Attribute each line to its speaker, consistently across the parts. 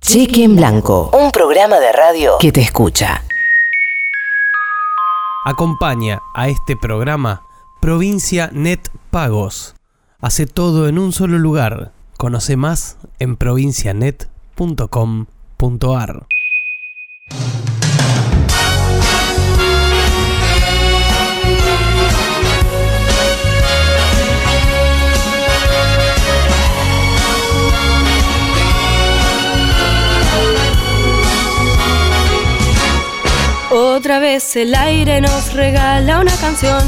Speaker 1: Cheque en Blanco, un programa de radio que te escucha.
Speaker 2: Acompaña a este programa Provincia Net Pagos. Hace todo en un solo lugar. Conoce más en provincianet.com.ar.
Speaker 3: Otra vez el aire nos regala una canción.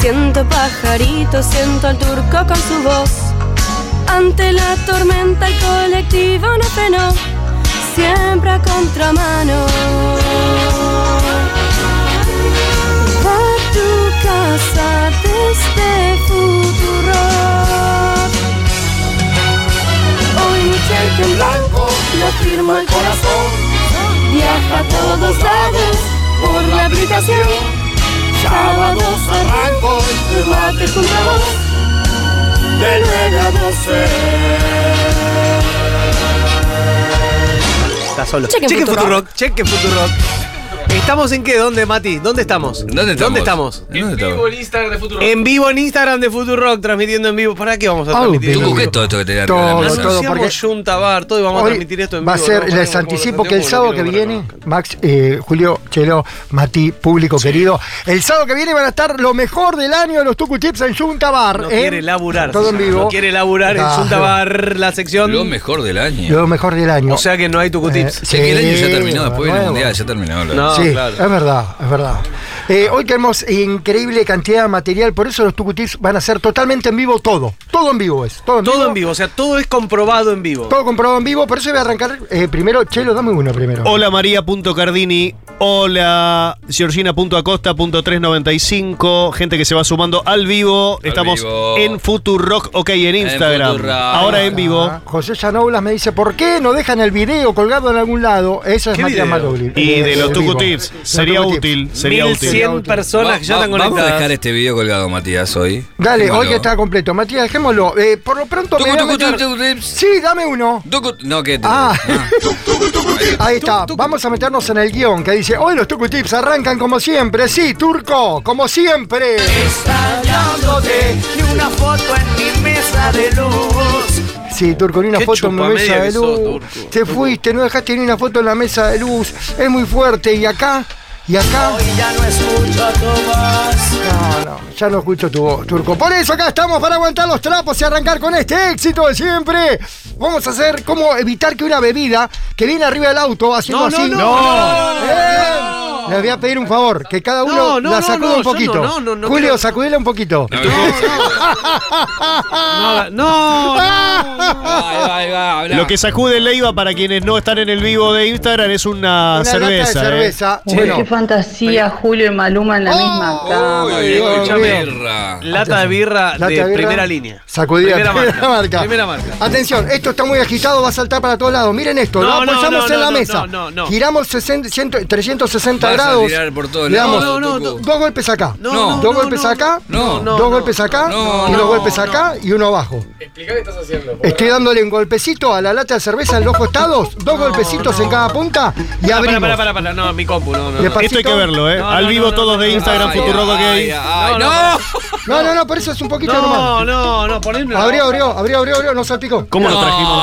Speaker 3: Siento pajaritos, siento al turco con su voz. Ante la tormenta el colectivo no frenó, siempre a contramano. Va tu casa desde futuro. Hoy cheque en blanco lo firma el corazón. Viaja a todos lados por la aplicación. Sábados arranco y remate junto a vos. De 9 a 12.
Speaker 2: Está solo.
Speaker 3: Chequen
Speaker 2: cheque
Speaker 3: Futurock.
Speaker 2: Futurock, cheque Futurock. ¿Estamos en qué? ¿Dónde, Mati? ¿Dónde estamos?
Speaker 4: ¿Dónde estamos?
Speaker 2: ¿Dónde estamos?
Speaker 4: ¿Dónde estamos?
Speaker 5: Instagram de Futuro.
Speaker 2: En vivo en Instagram de Futurock, transmitiendo en vivo. ¿Para qué vamos a
Speaker 6: Au,
Speaker 2: transmitir? en
Speaker 6: pero-
Speaker 4: Tucu,
Speaker 2: vivo?
Speaker 4: ¿qué es todo esto que te da
Speaker 6: Todo,
Speaker 4: la mesa?
Speaker 6: todo.
Speaker 2: Anunciamos
Speaker 6: porque
Speaker 2: Junta Bar, todo y vamos a
Speaker 6: Hoy
Speaker 2: transmitir esto en
Speaker 6: va a
Speaker 2: vivo,
Speaker 6: ser,
Speaker 2: ¿no?
Speaker 6: les
Speaker 2: Como
Speaker 6: anticipo
Speaker 2: lo
Speaker 6: que el
Speaker 2: hacemos,
Speaker 6: sábado
Speaker 2: lo
Speaker 6: que
Speaker 2: queremos
Speaker 6: viene,
Speaker 2: reconozcan.
Speaker 6: Max, eh, Julio, Chelo, Mati, público querido, el sábado que viene van a estar lo mejor del año de los Tucu Tips en Junta Bar.
Speaker 2: No
Speaker 6: ¿eh?
Speaker 2: quiere laburar.
Speaker 6: Todo en vivo.
Speaker 2: No quiere laburar en
Speaker 6: Ah,
Speaker 2: Junta Bar la sección.
Speaker 4: Lo mejor del año.
Speaker 6: Lo mejor del año.
Speaker 2: O sea que no hay tucutips.
Speaker 6: Eh,
Speaker 4: Sé que el año ya
Speaker 6: Sí,
Speaker 4: terminó, después del
Speaker 6: nuevo.
Speaker 4: mundial ya terminó. la-
Speaker 2: No.
Speaker 6: sí,
Speaker 2: claro.
Speaker 6: es verdad, es verdad. Eh, hoy tenemos increíble cantidad de material, por eso los Tucutips van a ser totalmente en vivo todo. Todo en vivo es. Todo en
Speaker 2: todo
Speaker 6: vivo.
Speaker 2: en vivo, o sea, todo es comprobado en vivo.
Speaker 6: Todo comprobado en vivo, por eso voy a arrancar eh, primero. Chelo, dame uno primero.
Speaker 7: Hola María.cardini, hola Georgina.acosta.395, gente que se va sumando al vivo.
Speaker 4: Al
Speaker 7: Estamos
Speaker 4: vivo.
Speaker 7: en Futurock, ok, en Instagram.
Speaker 4: Futurock.
Speaker 7: Ahora en vivo.
Speaker 6: José Yanoulas me dice, ¿por qué no dejan el video colgado en algún lado? Eso es
Speaker 2: ¿Qué
Speaker 6: Matías
Speaker 2: video?
Speaker 6: Malogli.
Speaker 7: Y
Speaker 6: Eh,
Speaker 7: de los
Speaker 6: en
Speaker 7: Tucu
Speaker 6: vivo.
Speaker 7: Tips,
Speaker 6: Los
Speaker 7: sería
Speaker 6: Tucu
Speaker 7: útil,
Speaker 6: Tips.
Speaker 7: sería útil.
Speaker 2: 1100 personas que ya
Speaker 4: Va-
Speaker 2: están
Speaker 4: va- Vamos a
Speaker 2: conectadas.
Speaker 4: dejar este video colgado, Matías, hoy.
Speaker 6: Dale, hoy
Speaker 4: Dejémoslo.
Speaker 6: que está completo. Matías, dejémoslo. Eh, por lo pronto
Speaker 4: Tucu,
Speaker 6: me voy a
Speaker 4: tucu,
Speaker 6: meter-
Speaker 4: tucu, tips.
Speaker 6: Sí, dame uno.
Speaker 4: Tucu- No, que te-
Speaker 6: Ah.
Speaker 4: Ah.
Speaker 6: Ahí está, vamos a meternos en el guión que dice, hoy los Tucu Tips arrancan como siempre, sí, turco, como siempre. Sí, Turco, ni una
Speaker 2: Qué
Speaker 6: foto en mi mesa
Speaker 2: chupamedia
Speaker 6: de
Speaker 2: que sos,
Speaker 6: luz.
Speaker 2: Turco.
Speaker 6: Te fuiste, no dejaste ni una foto en la mesa de luz. Es muy fuerte. Y acá, y acá. Hoy ya no escucho tu voz. No, no, ya no escucho tu voz, Turco. Por eso acá estamos para aguantar los trapos y arrancar con este éxito de siempre. Vamos a hacer cómo evitar que una bebida que viene arriba del auto haciendo
Speaker 2: No, no,
Speaker 6: así.
Speaker 2: no, no, no,
Speaker 6: ¡Eh! Les voy a pedir un favor, que cada uno
Speaker 2: No, no,
Speaker 6: la
Speaker 2: no,
Speaker 6: sacuda
Speaker 2: no, yo
Speaker 6: un
Speaker 2: no,
Speaker 6: poquito.
Speaker 2: no, no, no
Speaker 6: Julio,
Speaker 2: quiero-
Speaker 6: sacudela un poquito.
Speaker 4: No, no, no.
Speaker 2: No, no,
Speaker 6: Ah.
Speaker 4: Ahí va, ahí va, habla.
Speaker 7: Lo que sacude Leiva para quienes no están en el vivo de Instagram es una,
Speaker 6: Una lata de
Speaker 7: cerveza. ¿eh?
Speaker 6: cerveza.
Speaker 8: Uy,
Speaker 6: Bueno.
Speaker 8: qué fantasía, Julio y Maluma en la
Speaker 6: Oh,
Speaker 8: misma
Speaker 4: Uy,
Speaker 8: cama.
Speaker 6: Ay, Dios
Speaker 4: escuchame,
Speaker 6: mío.
Speaker 4: Ra.
Speaker 2: Lata de birra
Speaker 6: Lata
Speaker 2: de,
Speaker 6: de birra.
Speaker 2: primera línea.
Speaker 6: Sacudida,
Speaker 2: primera, marca. Primera
Speaker 6: Primera
Speaker 2: marca.
Speaker 6: Atención, esto está muy agitado, va a saltar para todos lados. Miren esto,
Speaker 2: No,
Speaker 6: lo
Speaker 2: no,
Speaker 6: apoyamos
Speaker 2: no,
Speaker 6: en la
Speaker 2: no, no,
Speaker 6: mesa.
Speaker 2: no, no.
Speaker 6: Giramos 60, 100, 360
Speaker 4: Vas a
Speaker 6: grados.
Speaker 4: tirar por todos
Speaker 6: Le
Speaker 4: lados,
Speaker 6: damos
Speaker 2: No, no,
Speaker 4: Tucu.
Speaker 6: dos golpes acá.
Speaker 2: No,
Speaker 4: No.
Speaker 2: no,
Speaker 6: dos
Speaker 2: no,
Speaker 6: golpes
Speaker 2: no,
Speaker 6: acá.
Speaker 4: no,
Speaker 2: no,
Speaker 6: dos
Speaker 2: no,
Speaker 6: golpes acá.
Speaker 4: no,
Speaker 6: y dos
Speaker 4: no,
Speaker 6: golpes acá y uno abajo.
Speaker 5: Explica qué estás haciendo.
Speaker 6: Estoy dándole un golpecito a la lata de cerveza en los costados. Dos golpecitos en cada punta y
Speaker 2: Ah, Pará,
Speaker 6: abrimos.
Speaker 2: Pará, pará, pará, no, mi compu, no, no. no.
Speaker 6: Despacito.
Speaker 7: Esto hay que verlo, ¿eh?
Speaker 2: No,
Speaker 7: al
Speaker 2: no,
Speaker 7: vivo
Speaker 2: no, no,
Speaker 7: todos
Speaker 2: no,
Speaker 7: de
Speaker 2: no,
Speaker 7: Instagram,
Speaker 4: Ay,
Speaker 7: Futurock, ok.
Speaker 4: ay, ay,
Speaker 2: No,
Speaker 4: no.
Speaker 6: No, no, no, por eso es un poquito nomás.
Speaker 2: No, no, no, poné una.
Speaker 6: Abrió, abrió, abrió, abrió, abrió, no salpicó.
Speaker 7: ¿Cómo lo
Speaker 4: Ah,
Speaker 7: trajimos?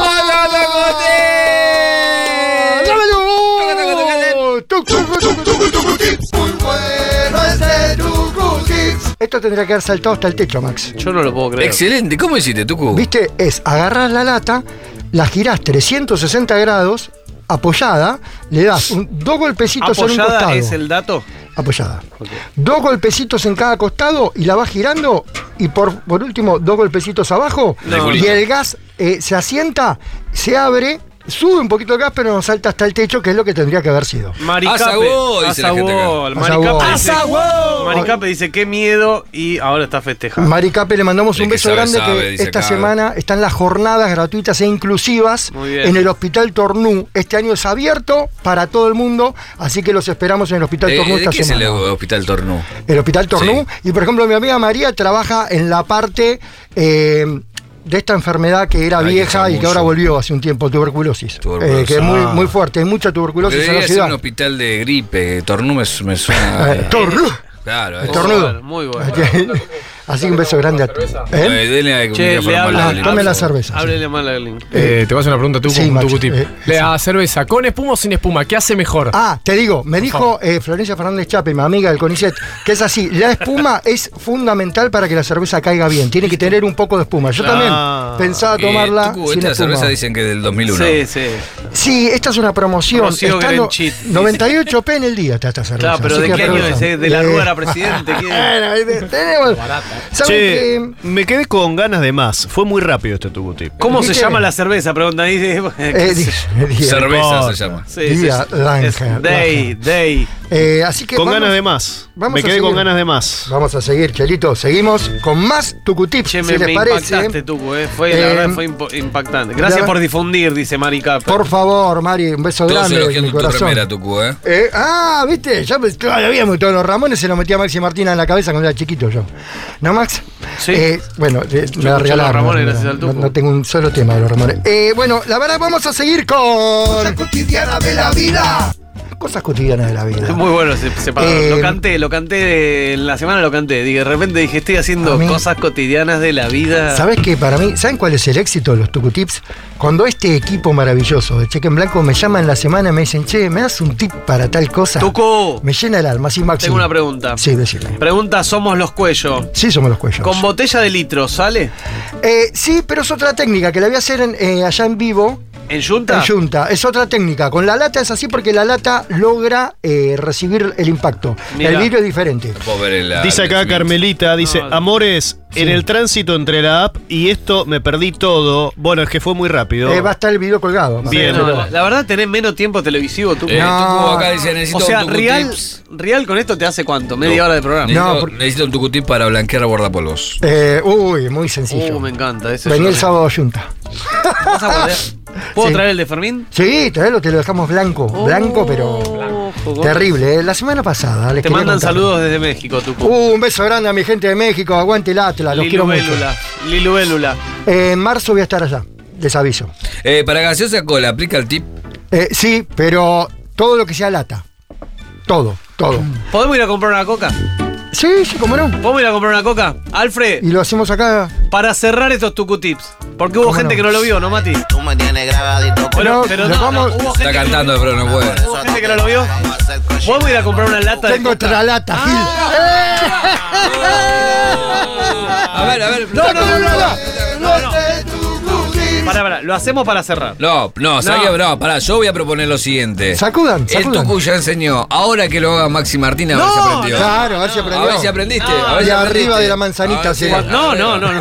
Speaker 4: ¡Hola, Tacote!
Speaker 6: ¡Dámelo! Tuc, tuc, tuc, tuc, tuc, tips. Muy bueno este tucu tips. Esto tendría que haber saltado hasta el techo, Max.
Speaker 2: Yo no lo puedo creer.
Speaker 4: Excelente, ¿cómo hiciste, Tucu?
Speaker 6: ¿Viste? Es agarrar la lata, la girás 360 grados, apoyada, le das un- dos golpecitos en un costado.
Speaker 2: ¿Apoyada es el dato?
Speaker 6: Apoyada. Dos golpecitos en cada costado y la vas girando. Y por, por último, dos golpecitos abajo.
Speaker 4: No.
Speaker 6: Y el gas eh, se asienta, se abre, sube un poquito el gas, pero no salta hasta el techo, que es lo que tendría que haber sido.
Speaker 2: Maricape.
Speaker 4: Asagó, dice la gente acá.
Speaker 2: Asagó.
Speaker 6: Asagó.
Speaker 2: Maricape dice, Maricape dice, qué miedo y ahora está festejando.
Speaker 6: Mari Cape, le mandamos
Speaker 4: El
Speaker 6: un
Speaker 4: que
Speaker 6: beso
Speaker 4: sabe,
Speaker 6: grande
Speaker 4: sabe,
Speaker 6: que
Speaker 4: dice
Speaker 6: esta
Speaker 4: acá.
Speaker 6: semana están las jornadas gratuitas e inclusivas
Speaker 2: Muy bien.
Speaker 6: en el Hospital Tornú. Este año es abierto para todo el mundo, así que los esperamos en el Hospital
Speaker 4: Eh,
Speaker 6: Tornú
Speaker 4: ¿De
Speaker 6: esta
Speaker 4: qué es el
Speaker 6: semana.
Speaker 4: Hospital Tornú?
Speaker 6: El Hospital Tornú. Y por ejemplo, mi amiga María trabaja en la parte eh, de esta enfermedad que era
Speaker 4: Ay, qué
Speaker 6: vieja y que
Speaker 4: chamuyo.
Speaker 6: ahora volvió hace un tiempo, tuberculosis.
Speaker 4: Tuberculosis.
Speaker 6: Eh, que es muy,
Speaker 7: Ah.
Speaker 6: muy fuerte, hay mucha tuberculosis en la
Speaker 4: Debería ser un
Speaker 6: ciudad.
Speaker 4: hospital de gripe. Tornú me, me suena.
Speaker 6: Eh, torru-
Speaker 4: Claro, es-
Speaker 6: Tornú. Estornudo.
Speaker 2: Muy bueno.
Speaker 6: Así que un beso grande a ¿Eh?
Speaker 4: Eh, denle a-
Speaker 2: Che, le
Speaker 4: micrófono
Speaker 2: habla-
Speaker 4: para Lali,
Speaker 6: Tome
Speaker 4: por
Speaker 6: la
Speaker 4: favor.
Speaker 6: cerveza. sí.
Speaker 2: Háblele mal a Link.
Speaker 9: Eh, te voy a hacer una pregunta, tú,
Speaker 6: Sí,
Speaker 9: con
Speaker 6: macho,
Speaker 9: tu tip.
Speaker 6: eh,
Speaker 9: La cerveza, ¿con espuma o sin espuma? ¿Qué hace mejor?
Speaker 6: Ah, te digo, me dijo eh, Florencia Fernández Chape, mi amiga del CONICET, que es así, la espuma es fundamental para que la cerveza caiga bien, tiene que tener un poco de espuma. Yo
Speaker 7: Ah.
Speaker 6: también pensaba
Speaker 4: Eh,
Speaker 6: tomarla
Speaker 4: Tucu,
Speaker 6: sin
Speaker 4: esta
Speaker 6: espuma.
Speaker 4: cerveza dicen que es del 2001.
Speaker 2: Sí, sí.
Speaker 6: Sí, esta es una promoción.
Speaker 2: Rocío
Speaker 6: Está no-
Speaker 2: Grenchit, dice.
Speaker 6: 98 p en el día está esta cerveza.
Speaker 2: Claro, pero
Speaker 6: así
Speaker 2: ¿de
Speaker 6: que
Speaker 2: qué año es?
Speaker 6: aprovecha.
Speaker 2: eh? ¿De la
Speaker 6: Eh,
Speaker 2: rúa era presidente? ¿Qué?
Speaker 6: Bueno, eh, tenemos... ¿Saben
Speaker 7: Che,
Speaker 6: qué?
Speaker 7: me quedé con ganas de más. Fue muy rápido este tucutip.
Speaker 2: ¿Cómo se
Speaker 6: ¿Viste?
Speaker 2: llama la cerveza? Pregunta ahí. Sí,
Speaker 6: Eh, dice- dice-
Speaker 4: Cerveza
Speaker 7: Importa.
Speaker 4: se llama.
Speaker 2: sí, sí,
Speaker 6: Día,
Speaker 2: sí.
Speaker 6: Lange,
Speaker 2: Es Day, Day.
Speaker 6: eh, así que
Speaker 7: Con
Speaker 6: vamos-
Speaker 7: ganas de más.
Speaker 6: vamos
Speaker 7: me
Speaker 6: a
Speaker 7: quedé
Speaker 6: seguir.
Speaker 7: con ganas de más.
Speaker 6: Vamos a seguir, Chelito. Seguimos con más Tucutips,
Speaker 2: Che,
Speaker 6: si
Speaker 2: me,
Speaker 6: les
Speaker 2: me impactaste,
Speaker 6: parece.
Speaker 2: Tucu, eh. Fue, la
Speaker 6: Eh,
Speaker 2: verdad, fue impo- impactante.
Speaker 6: la-
Speaker 2: Gracias por difundir, dice Mari Capa.
Speaker 6: Por favor, Mari, un beso
Speaker 4: Todos
Speaker 6: grande de mi
Speaker 4: elogiando tu
Speaker 6: corazón.
Speaker 4: remera, Tucu, ¿eh?
Speaker 6: Eh, ah, viste, ya me- todavía me todos los Ramones se lo metía Maxi Martina en la cabeza cuando era chiquito yo. ¿No, Max?
Speaker 2: Sí.
Speaker 6: Eh, bueno, eh, me
Speaker 2: a
Speaker 6: la
Speaker 2: los
Speaker 6: regalaron.
Speaker 2: Ramones
Speaker 6: no,
Speaker 2: gracias al
Speaker 6: no,
Speaker 2: Tucu.
Speaker 6: no tengo un solo tema de los Ramones. Eh, bueno, la verdad, vamos a seguir con. Cosas cotidianas de la vida. Cosas cotidianas de la vida.
Speaker 2: Es muy bueno, se, se paró.
Speaker 6: Eh,
Speaker 2: lo canté, lo canté, de- en la semana lo canté. Dije, de repente dije, estoy haciendo
Speaker 6: A mí-
Speaker 2: cosas cotidianas de la vida.
Speaker 6: ¿Sabes qué? Para mí, ¿saben cuál es el éxito de los Tucutips? Cuando este equipo maravilloso de Cheque en Blanco me llama en la semana y me dicen, che, ¿me das un tip para tal cosa?
Speaker 2: Tucu,
Speaker 6: Me llena el alma, sí, Maxi.
Speaker 2: tengo una pregunta.
Speaker 6: Sí, decime.
Speaker 2: Pregunta, somos los cuellos.
Speaker 6: Sí, somos los cuellos.
Speaker 2: Con botella de litro, ¿sale?
Speaker 6: Eh, sí, pero es otra técnica que la voy a hacer en, eh, allá en vivo,
Speaker 2: ¿En yunta?
Speaker 6: en Junta. Es otra técnica. Con la lata es así porque la lata logra eh, recibir el impacto.
Speaker 2: Mirá.
Speaker 6: El vidrio es diferente.
Speaker 4: Pobre la.
Speaker 7: Dice acá
Speaker 4: la-
Speaker 7: Carmelita, dice,
Speaker 2: No,
Speaker 7: amores, en el tránsito entre la app y esto me perdí todo. Bueno, es que fue muy rápido.
Speaker 6: Eh, va a estar el video colgado.
Speaker 7: Bien.
Speaker 2: No, la, la verdad, tenés menos tiempo televisivo, Tucu.
Speaker 4: Eh, Tucu, acá
Speaker 6: No.
Speaker 4: dice, necesito
Speaker 2: o sea,
Speaker 4: un Tucu
Speaker 2: real,
Speaker 4: Tips.
Speaker 2: real con esto te hace cuánto? Media hora de programa.
Speaker 4: Necesito,
Speaker 6: No, por-
Speaker 4: necesito un Tucu Tip para blanquear guardapolvos.
Speaker 6: Eh, uy, muy sencillo.
Speaker 2: Uh, me encanta. Ese
Speaker 6: Vení
Speaker 2: yo
Speaker 6: el
Speaker 2: lo-
Speaker 6: sábado a Junta.
Speaker 2: ¿Vas a guardar? ¿Puedo
Speaker 6: Sí.
Speaker 2: traer el de Fermín?
Speaker 6: Sí, traelo, te lo dejamos blanco. blanco, pero.
Speaker 2: Oh, jugó.
Speaker 6: Terrible. eh. La semana pasada. les
Speaker 2: Te
Speaker 6: quería
Speaker 2: mandan
Speaker 6: contar.
Speaker 2: saludos desde México, Tucu.
Speaker 6: Uh, un beso grande a mi gente de México. Aguante el Atlas. Los quiero mucho.
Speaker 2: Lilubélula. Lilubélula.
Speaker 6: Eh, en marzo voy a estar allá. Les aviso.
Speaker 4: Eh, para gaseosa cola, aplica el tip.
Speaker 6: Eh, sí, pero todo lo que sea lata. Todo, todo.
Speaker 2: ¿Podemos ir a comprar una coca?
Speaker 6: Sí, sí, cómo no.
Speaker 2: ¿Podemos ir a comprar una coca? Alfred,
Speaker 6: Y lo hacemos acá.
Speaker 2: para cerrar estos tucutips. Porque hubo
Speaker 6: ¿Cómo
Speaker 2: gente
Speaker 6: no?
Speaker 2: que no lo vio, ¿no, Mati?
Speaker 10: Tú me tienes grabadito con
Speaker 2: Pero,
Speaker 6: No,
Speaker 2: pero
Speaker 6: lo
Speaker 2: no, no,
Speaker 6: vamos-
Speaker 2: hubo
Speaker 4: Está
Speaker 2: gente que-
Speaker 4: cantando, pero no puede.
Speaker 2: hubo gente que no lo vio. ¿Podemos ir a comprar una lata
Speaker 6: Tengo
Speaker 2: de
Speaker 6: otra
Speaker 2: coca?
Speaker 6: lata, Gil.
Speaker 4: A ver, a ver.
Speaker 6: No, no, no, no.
Speaker 2: No, no. Pará, pará, lo hacemos para cerrar.
Speaker 4: No, no, ¿sabés
Speaker 2: No.
Speaker 4: qué? no, pará, yo voy a proponer lo siguiente.
Speaker 6: Sacudan,
Speaker 4: El
Speaker 6: sacudan.
Speaker 4: Tucu ya enseñó. Ahora que lo haga Maxi Martín, a ver si aprendió.
Speaker 6: Claro, a ver si
Speaker 4: A ver si
Speaker 6: aprendió.
Speaker 4: aprendiste.
Speaker 2: No.
Speaker 4: a ver si
Speaker 6: Y arriba
Speaker 4: aprendiste.
Speaker 6: de la manzanita,
Speaker 4: A ver si-
Speaker 6: sí.
Speaker 2: No, no, no, no,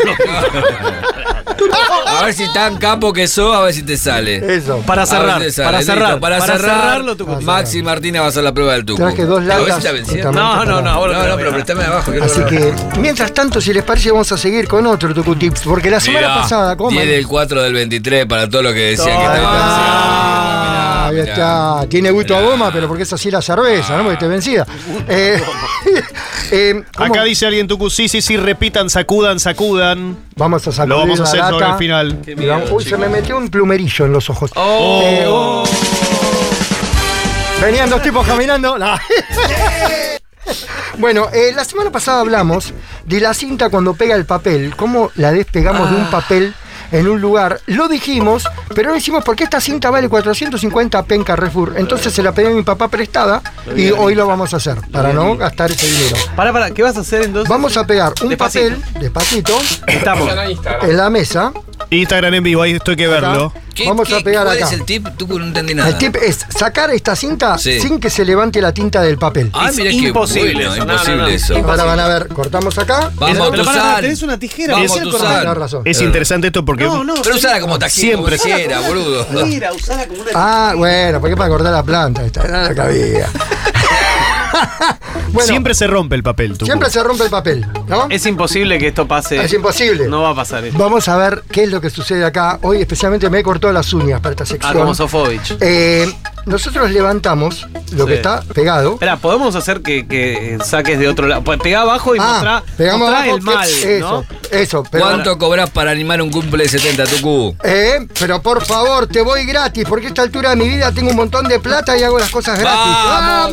Speaker 4: A ver si tan capo que sos, a ver si te sale.
Speaker 6: Eso.
Speaker 2: Para
Speaker 4: A
Speaker 2: cerrar,
Speaker 4: ver si te sale.
Speaker 2: para
Speaker 4: Listo,
Speaker 2: cerrar,
Speaker 4: para, cerrar,
Speaker 2: cerrarlo tucu.
Speaker 4: Maxi Martina va a hacer la prueba del tucu.
Speaker 6: Traje dos
Speaker 4: Pero a ver
Speaker 6: latas
Speaker 4: si la vencí.
Speaker 6: totalmente
Speaker 2: No, no, no, ahora
Speaker 4: No,
Speaker 2: te voy
Speaker 4: no,
Speaker 2: a-
Speaker 4: pero préstame abajo. que
Speaker 6: Así
Speaker 4: no-
Speaker 6: que, mientras tanto, si les parece, vamos a seguir con otro Tucutips. Porque la semana
Speaker 4: Mirá,
Speaker 6: pasada, ¿cómo?
Speaker 4: 10 del 4 del 23 para todo lo que decían que estaba
Speaker 6: Ahí está, ahí
Speaker 4: haciendo. Mirá, mirá.
Speaker 6: está. Tiene gusto a
Speaker 4: Mirá.
Speaker 6: goma, pero porque es así la cerveza, ¿no? Porque te vencía. Eh, eh, ¿cómo?
Speaker 7: Acá dice alguien, Tucu, sí, sí, sí, repitan, sacudan, sacudan.
Speaker 6: Vamos a sacar
Speaker 7: Lo vamos a hacer sobre el final.
Speaker 6: Y vamos- uy, se me metió un plumerillo en los ojos. Eh, oh. Venían dos tipos caminando. La- bueno, eh, la semana pasada hablamos de la cinta cuando pega el papel, cómo la despegamos de un papel en un lugar. Lo dijimos, pero no hicimos porque esta cinta vale 450 p en Carrefour. Entonces se la pedí a mi papá prestada y hoy lo vamos a hacer para no gastar ese dinero.
Speaker 2: Pará, pará, ¿qué vas a hacer entonces?
Speaker 6: Vamos a pegar un
Speaker 2: Despacito.
Speaker 6: papel despacito
Speaker 2: Estamos.
Speaker 11: Están en Instagram.
Speaker 6: en la mesa.
Speaker 7: Instagram en vivo, ahí estoy que verlo.
Speaker 4: ¿Qué-
Speaker 6: Vamos
Speaker 4: qué-
Speaker 6: a pegar
Speaker 4: ¿Cuál
Speaker 6: acá.
Speaker 4: es el tip? Tucu, no entendí nada.
Speaker 6: El tip es sacar esta cinta
Speaker 4: Sí.
Speaker 6: sin que se levante la tinta del papel.
Speaker 4: Ah,
Speaker 2: Es
Speaker 4: mirá qué
Speaker 2: imposible
Speaker 4: bueno,
Speaker 2: eso, no,
Speaker 4: imposible
Speaker 2: no, no.
Speaker 4: eso.
Speaker 6: Ahora van a ver, cortamos acá.
Speaker 4: Vamos,
Speaker 2: Pero pará, pará,
Speaker 4: Tuzán.
Speaker 2: tenés una tijera,
Speaker 4: Vamos,
Speaker 2: pensé en
Speaker 4: Tuzán.
Speaker 6: Tenés razón.
Speaker 7: Es interesante esto porque...
Speaker 2: No, no.
Speaker 4: Pero usala como taquero,
Speaker 7: Siempre.
Speaker 4: como quisiera, boludo.
Speaker 2: Mira, usala como una
Speaker 6: Ah, bueno, porque para cortar la planta, esta era la cabida. bueno, siempre,
Speaker 7: siempre se rompe el papel, Tucu.
Speaker 6: se rompe el papel, ¿no? Ah,
Speaker 2: Es imposible que esto pase.
Speaker 6: Es imposible.
Speaker 2: No va a pasar esto.
Speaker 6: Vamos a ver qué es lo que sucede acá. Hoy especialmente me he cortado las uñas para esta
Speaker 2: Ah,
Speaker 6: sección.
Speaker 2: como Sofovich.
Speaker 6: Eh, nosotros levantamos lo que
Speaker 2: Sí.
Speaker 6: está pegado.
Speaker 2: Espera, podemos hacer que, que eh, saques de otro lado. Pues Pegá abajo y
Speaker 6: Ah,
Speaker 2: mostrá,
Speaker 6: pegamos
Speaker 2: mostrá
Speaker 6: abajo,
Speaker 2: el mal,
Speaker 6: que-
Speaker 2: ¿no?
Speaker 6: eso, eso, pero-
Speaker 4: ¿Cuánto cobras para animar un cumple de 70, Tucu?
Speaker 6: Eh, pero por favor, te voy gratis, porque a esta altura de mi vida tengo un montón de plata y hago las cosas gratis.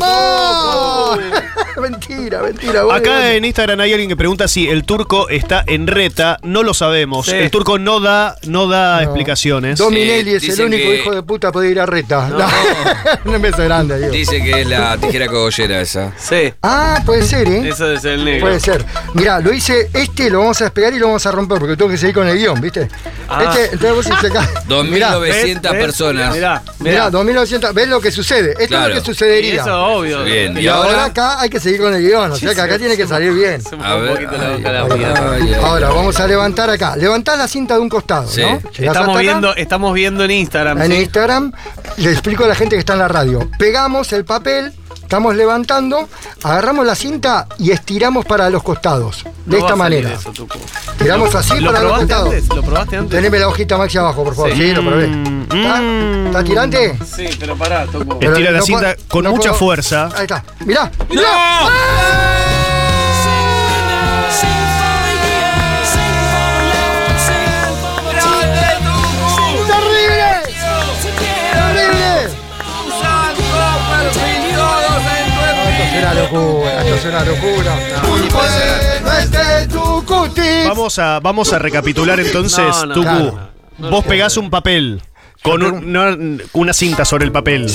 Speaker 6: ¡Vamos! mentira, mentira. voy,
Speaker 7: Acá
Speaker 6: voy.
Speaker 7: en Instagram hay alguien que pregunta si el turco está en reta. No lo sabemos.
Speaker 6: Sí.
Speaker 7: El turco no da, no da explicaciones.
Speaker 6: Dominelli es el único hijo de puta que puede ir a reta. No, no me grande, digo.
Speaker 4: Dice que es la tijera cogollera esa.
Speaker 2: Sí.
Speaker 6: Ah, puede ser, ¿eh?
Speaker 2: Eso es el negro.
Speaker 6: Puede ser. Mirá, lo hice, este lo vamos a despegar y lo vamos a romper, porque tengo que seguir con el guión, ¿viste?
Speaker 4: Ah.
Speaker 6: Este, entonces vos hiciste acá.
Speaker 4: 2.900
Speaker 6: Mirá,
Speaker 4: personas.
Speaker 2: Mirá,
Speaker 6: Mirá, 2900, ¿ves lo que sucede? Esto
Speaker 4: Claro.
Speaker 6: es lo que sucedería.
Speaker 4: Y eso, obvio. Bien, ¿y
Speaker 6: Y ahora,
Speaker 4: ahora?
Speaker 6: acá hay que seguir con el guión, o sea que acá tiene que salir bien.
Speaker 4: A ver. ay, ay, ay, ay.
Speaker 6: Ahora, vamos a levantar acá. Levantás la cinta de un costado,
Speaker 2: Sí.
Speaker 6: ¿no? Llegás hasta
Speaker 2: Estamos
Speaker 6: acá,
Speaker 2: viendo, estamos viendo en Instagram.
Speaker 6: En
Speaker 2: sí.
Speaker 6: Instagram, le explico a la gente que está en la radio. Pegamos el papel, estamos levantando, agarramos la cinta y estiramos para los costados. De
Speaker 2: No va
Speaker 6: esta
Speaker 2: a salir
Speaker 6: manera.
Speaker 2: eso, Tucu.
Speaker 6: Tiramos así
Speaker 2: ¿Lo
Speaker 6: para los
Speaker 2: probaste
Speaker 6: costados.
Speaker 2: antes? ¿Lo probaste antes?
Speaker 6: Teneme la hojita maxi abajo, por favor. Sí,
Speaker 2: Sí. Mm,
Speaker 6: lo probé. ¿Está? ¿Está tirante?
Speaker 2: Sí, pero pará, Tucu.
Speaker 6: Pero
Speaker 7: Estira la
Speaker 6: no
Speaker 7: cinta
Speaker 6: puedo-
Speaker 7: con
Speaker 6: no
Speaker 7: mucha
Speaker 6: puedo-
Speaker 7: fuerza.
Speaker 6: Ahí está. Mirá.
Speaker 2: ¡No!
Speaker 6: ¡Terrible! ¡Terrible! Esto es una locura, esto es una locura. Pulpo de nuestro Tucuti.
Speaker 7: Vamos a, vamos a recapitular entonces,
Speaker 6: No, no,
Speaker 7: Tucu.
Speaker 6: claro.
Speaker 7: Vos pegás un papel con un- una, una cinta sobre el papel.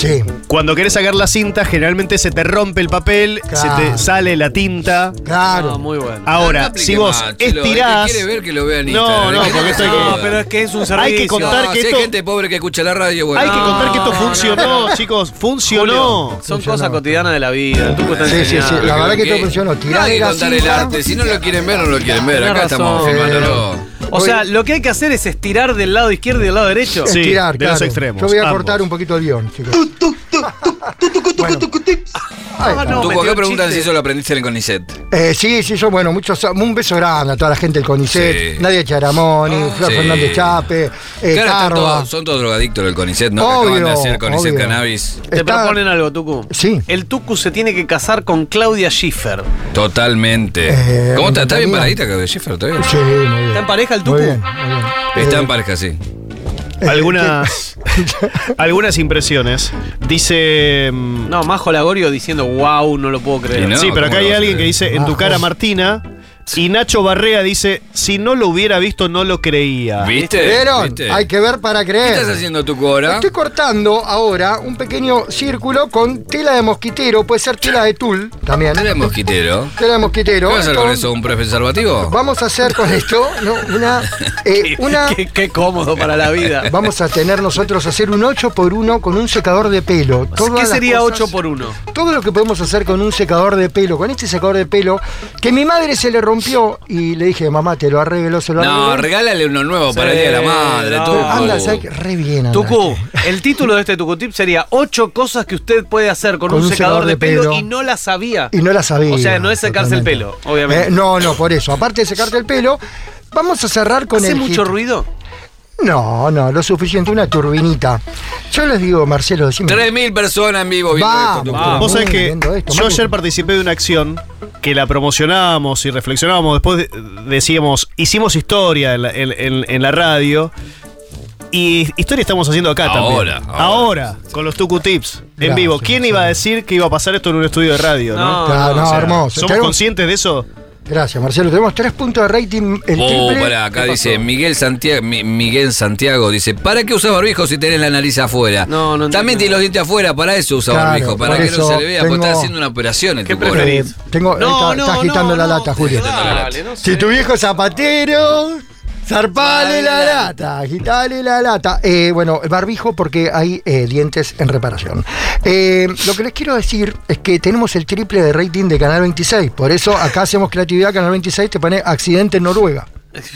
Speaker 7: Cuando querés sacar la cinta, generalmente se te rompe el papel, se te
Speaker 6: Claro.
Speaker 7: sale la tinta.
Speaker 6: Claro.
Speaker 2: No, Ah, muy bueno.
Speaker 7: Ahora,
Speaker 4: aplique
Speaker 7: si vos
Speaker 4: más, Chelo, el
Speaker 7: estirás.
Speaker 4: que quiere ver que lo vea en
Speaker 7: No,
Speaker 4: Instagram,
Speaker 7: no,
Speaker 4: el que
Speaker 7: porque esto hay
Speaker 6: Ah,
Speaker 4: no,
Speaker 7: que.
Speaker 2: Pero es que es un servicio.
Speaker 7: Hay que contar
Speaker 4: No, si
Speaker 7: que
Speaker 4: hay
Speaker 7: esto.
Speaker 4: gente pobre que escucha la radio, bueno.
Speaker 7: Hay que contar que esto
Speaker 2: no, no,
Speaker 7: funcionó,
Speaker 2: no.
Speaker 7: chicos. Funcionó.
Speaker 2: Son cosas cotidianas de la vida. Tucu está
Speaker 6: Sí, sí, sí.
Speaker 2: enseñando.
Speaker 6: La verdad que
Speaker 4: ¿Qué?
Speaker 6: esto funcionó.
Speaker 4: No
Speaker 6: Tirá
Speaker 4: hay
Speaker 6: de
Speaker 4: que
Speaker 6: la
Speaker 4: contar el
Speaker 6: cinta.
Speaker 4: arte. Si no lo quieren ver, no lo quieren ver.
Speaker 2: Tenés
Speaker 4: Acá
Speaker 2: razón.
Speaker 4: estamos filmándolo.
Speaker 2: O sea, lo que hay que hacer es estirar del lado izquierdo y del lado derecho.
Speaker 6: Estirar, claro. Yo voy a cortar un poquito el guión, chicos. Bueno. Ahí está.
Speaker 4: Tucu,
Speaker 2: metió
Speaker 4: acá
Speaker 2: un
Speaker 4: preguntan
Speaker 2: chiste.
Speaker 4: si eso lo aprendiste en el Conicet.
Speaker 6: Eh, sí, sí, yo, bueno, muchos, un beso grande a toda la gente del CONICET, Nadia Charamoni, Flor
Speaker 4: Ah. sí.
Speaker 6: Fernández Chape, eh,
Speaker 4: Claro, están
Speaker 6: Carva.
Speaker 4: todos- son todos drogadictos del Conicet, ¿no? Que acaban de
Speaker 6: Obvio,
Speaker 4: hacer Conicet
Speaker 6: obvio.
Speaker 4: Cannabis.
Speaker 2: Te
Speaker 6: Está-
Speaker 2: proponen algo, Tucu.
Speaker 6: Sí.
Speaker 2: El Tucu se tiene que casar con Claudia Schiffer.
Speaker 4: Totalmente.
Speaker 6: Eh,
Speaker 4: ¿Cómo está? ¿Está bien
Speaker 6: también.
Speaker 4: paradita, Claudia Schiffer? ¿Está bien?
Speaker 6: Sí, muy bien.
Speaker 2: ¿Está en pareja el Tucu?
Speaker 6: Muy bien.
Speaker 4: Está en pareja, sí.
Speaker 7: Eh, Algunas, algunas impresiones. Dice. mm,
Speaker 2: No, Majo Lagorio diciendo, wow, no lo puedo creer.
Speaker 4: Y no,
Speaker 7: sí, pero
Speaker 4: ¿cómo
Speaker 7: acá
Speaker 4: lo
Speaker 7: hay
Speaker 4: vas a
Speaker 7: alguien
Speaker 4: creer?
Speaker 7: que dice en tu
Speaker 6: Bajo.
Speaker 7: cara Martina y Nacho Barrea dice si no lo hubiera visto no lo creía.
Speaker 4: ¿Viste?
Speaker 6: ¿Vieron?
Speaker 4: ¿Viste?
Speaker 6: Hay que ver para
Speaker 4: ¿Qué
Speaker 6: creer.
Speaker 4: estás haciendo tu cora?
Speaker 6: Estoy cortando ahora un pequeño círculo con tela de mosquitero, puede ser tela de tul también.
Speaker 4: Eres mosquitero.
Speaker 6: Tela
Speaker 4: ¿Qué
Speaker 6: de mosquitero.
Speaker 4: vas a hacer con
Speaker 6: Esto-
Speaker 4: eso? ¿Un preservativo?
Speaker 6: Vamos a hacer con esto ¿no? una, eh, una
Speaker 2: Qué, qué cómodo para la vida.
Speaker 6: Vamos a tener nosotros a hacer un 8 por 1 con un secador de pelo. Todas
Speaker 2: ¿Qué
Speaker 6: las
Speaker 2: sería
Speaker 6: cosas-
Speaker 2: 8 por 1
Speaker 6: Todo lo que podemos hacer con un secador de pelo, con este secador de pelo, que mi madre se le rompió y le dije, mamá, te lo arreglo, se lo
Speaker 4: No,
Speaker 6: arreglo.
Speaker 4: regálale uno nuevo para el
Speaker 2: Sí,
Speaker 4: día de la madre.
Speaker 2: no.
Speaker 4: Tucu.
Speaker 6: Anda, ¿sabes qué? re bien. anda.
Speaker 2: Tucu, el título de este Tucu Tip sería 8 cosas que usted puede hacer con, un, secador, de pelo, y no la sabía.
Speaker 6: Y no la sabía.
Speaker 2: O sea, no es secarse el
Speaker 6: totalmente.
Speaker 2: pelo, obviamente.
Speaker 6: Eh, no, no, por eso. Aparte de secarte el pelo, vamos a cerrar con
Speaker 2: ¿Hace
Speaker 6: el.
Speaker 2: mucho
Speaker 6: hit.
Speaker 2: ruido?
Speaker 6: No, no, lo suficiente, una turbinita. Yo les digo, Marcelo, decime.
Speaker 4: 3.000 personas en vivo viendo
Speaker 6: Vamos.
Speaker 4: esto, Tucu.
Speaker 6: Vamos.
Speaker 7: Vos sabés que
Speaker 6: Viendo Ah, esto,
Speaker 7: yo
Speaker 6: Manu.
Speaker 7: ayer participé de una acción que la promocionábamos y reflexionábamos, después de- decíamos, hicimos historia en la, en- en- en la radio. Y historia estamos haciendo acá
Speaker 4: Ahora,
Speaker 7: también.
Speaker 4: ahora.
Speaker 7: con los Tucu Tips, en
Speaker 6: Gracias,
Speaker 7: vivo. ¿Quién iba a decir que iba a pasar esto en un estudio de radio? No,
Speaker 2: No,
Speaker 6: Claro, Ah, no,
Speaker 7: O sea,
Speaker 6: hermoso.
Speaker 7: ¿Somos
Speaker 6: Tenemos-
Speaker 7: conscientes de eso?
Speaker 6: Gracias, Marcelo. Tenemos tres puntos de rating. El
Speaker 4: Oh,
Speaker 6: triple.
Speaker 4: pará, acá
Speaker 6: ¿Qué
Speaker 4: dice
Speaker 6: pasó?
Speaker 4: Miguel Santiago, Mi- Miguel Santiago dice, ¿para qué usas barbijo si tenés la nariz afuera?
Speaker 2: No, no entiendo.
Speaker 4: También tiene los dientes afuera, para eso usa
Speaker 6: Claro,
Speaker 4: barbijo, para
Speaker 6: por
Speaker 4: que no
Speaker 6: eso
Speaker 4: se le vea, porque
Speaker 6: tengo-
Speaker 4: está haciendo una operación el
Speaker 2: ¿Qué
Speaker 4: tipo. ahora.
Speaker 2: preferís?
Speaker 6: Tengo,
Speaker 2: No,
Speaker 6: está, está
Speaker 2: no,
Speaker 6: agitando
Speaker 2: no,
Speaker 6: la
Speaker 2: no.
Speaker 6: lata, Julio.
Speaker 2: Dale, no
Speaker 6: Si
Speaker 2: sé.
Speaker 6: tu viejo es zapatero, zarpale la lata, agitale la lata. Eh, bueno, el barbijo porque hay eh, dientes en reparación. Eh, lo que les quiero decir es que tenemos el triple de rating de Canal 26. Por eso acá hacemos creatividad. Canal 26 te pone accidente en Noruega.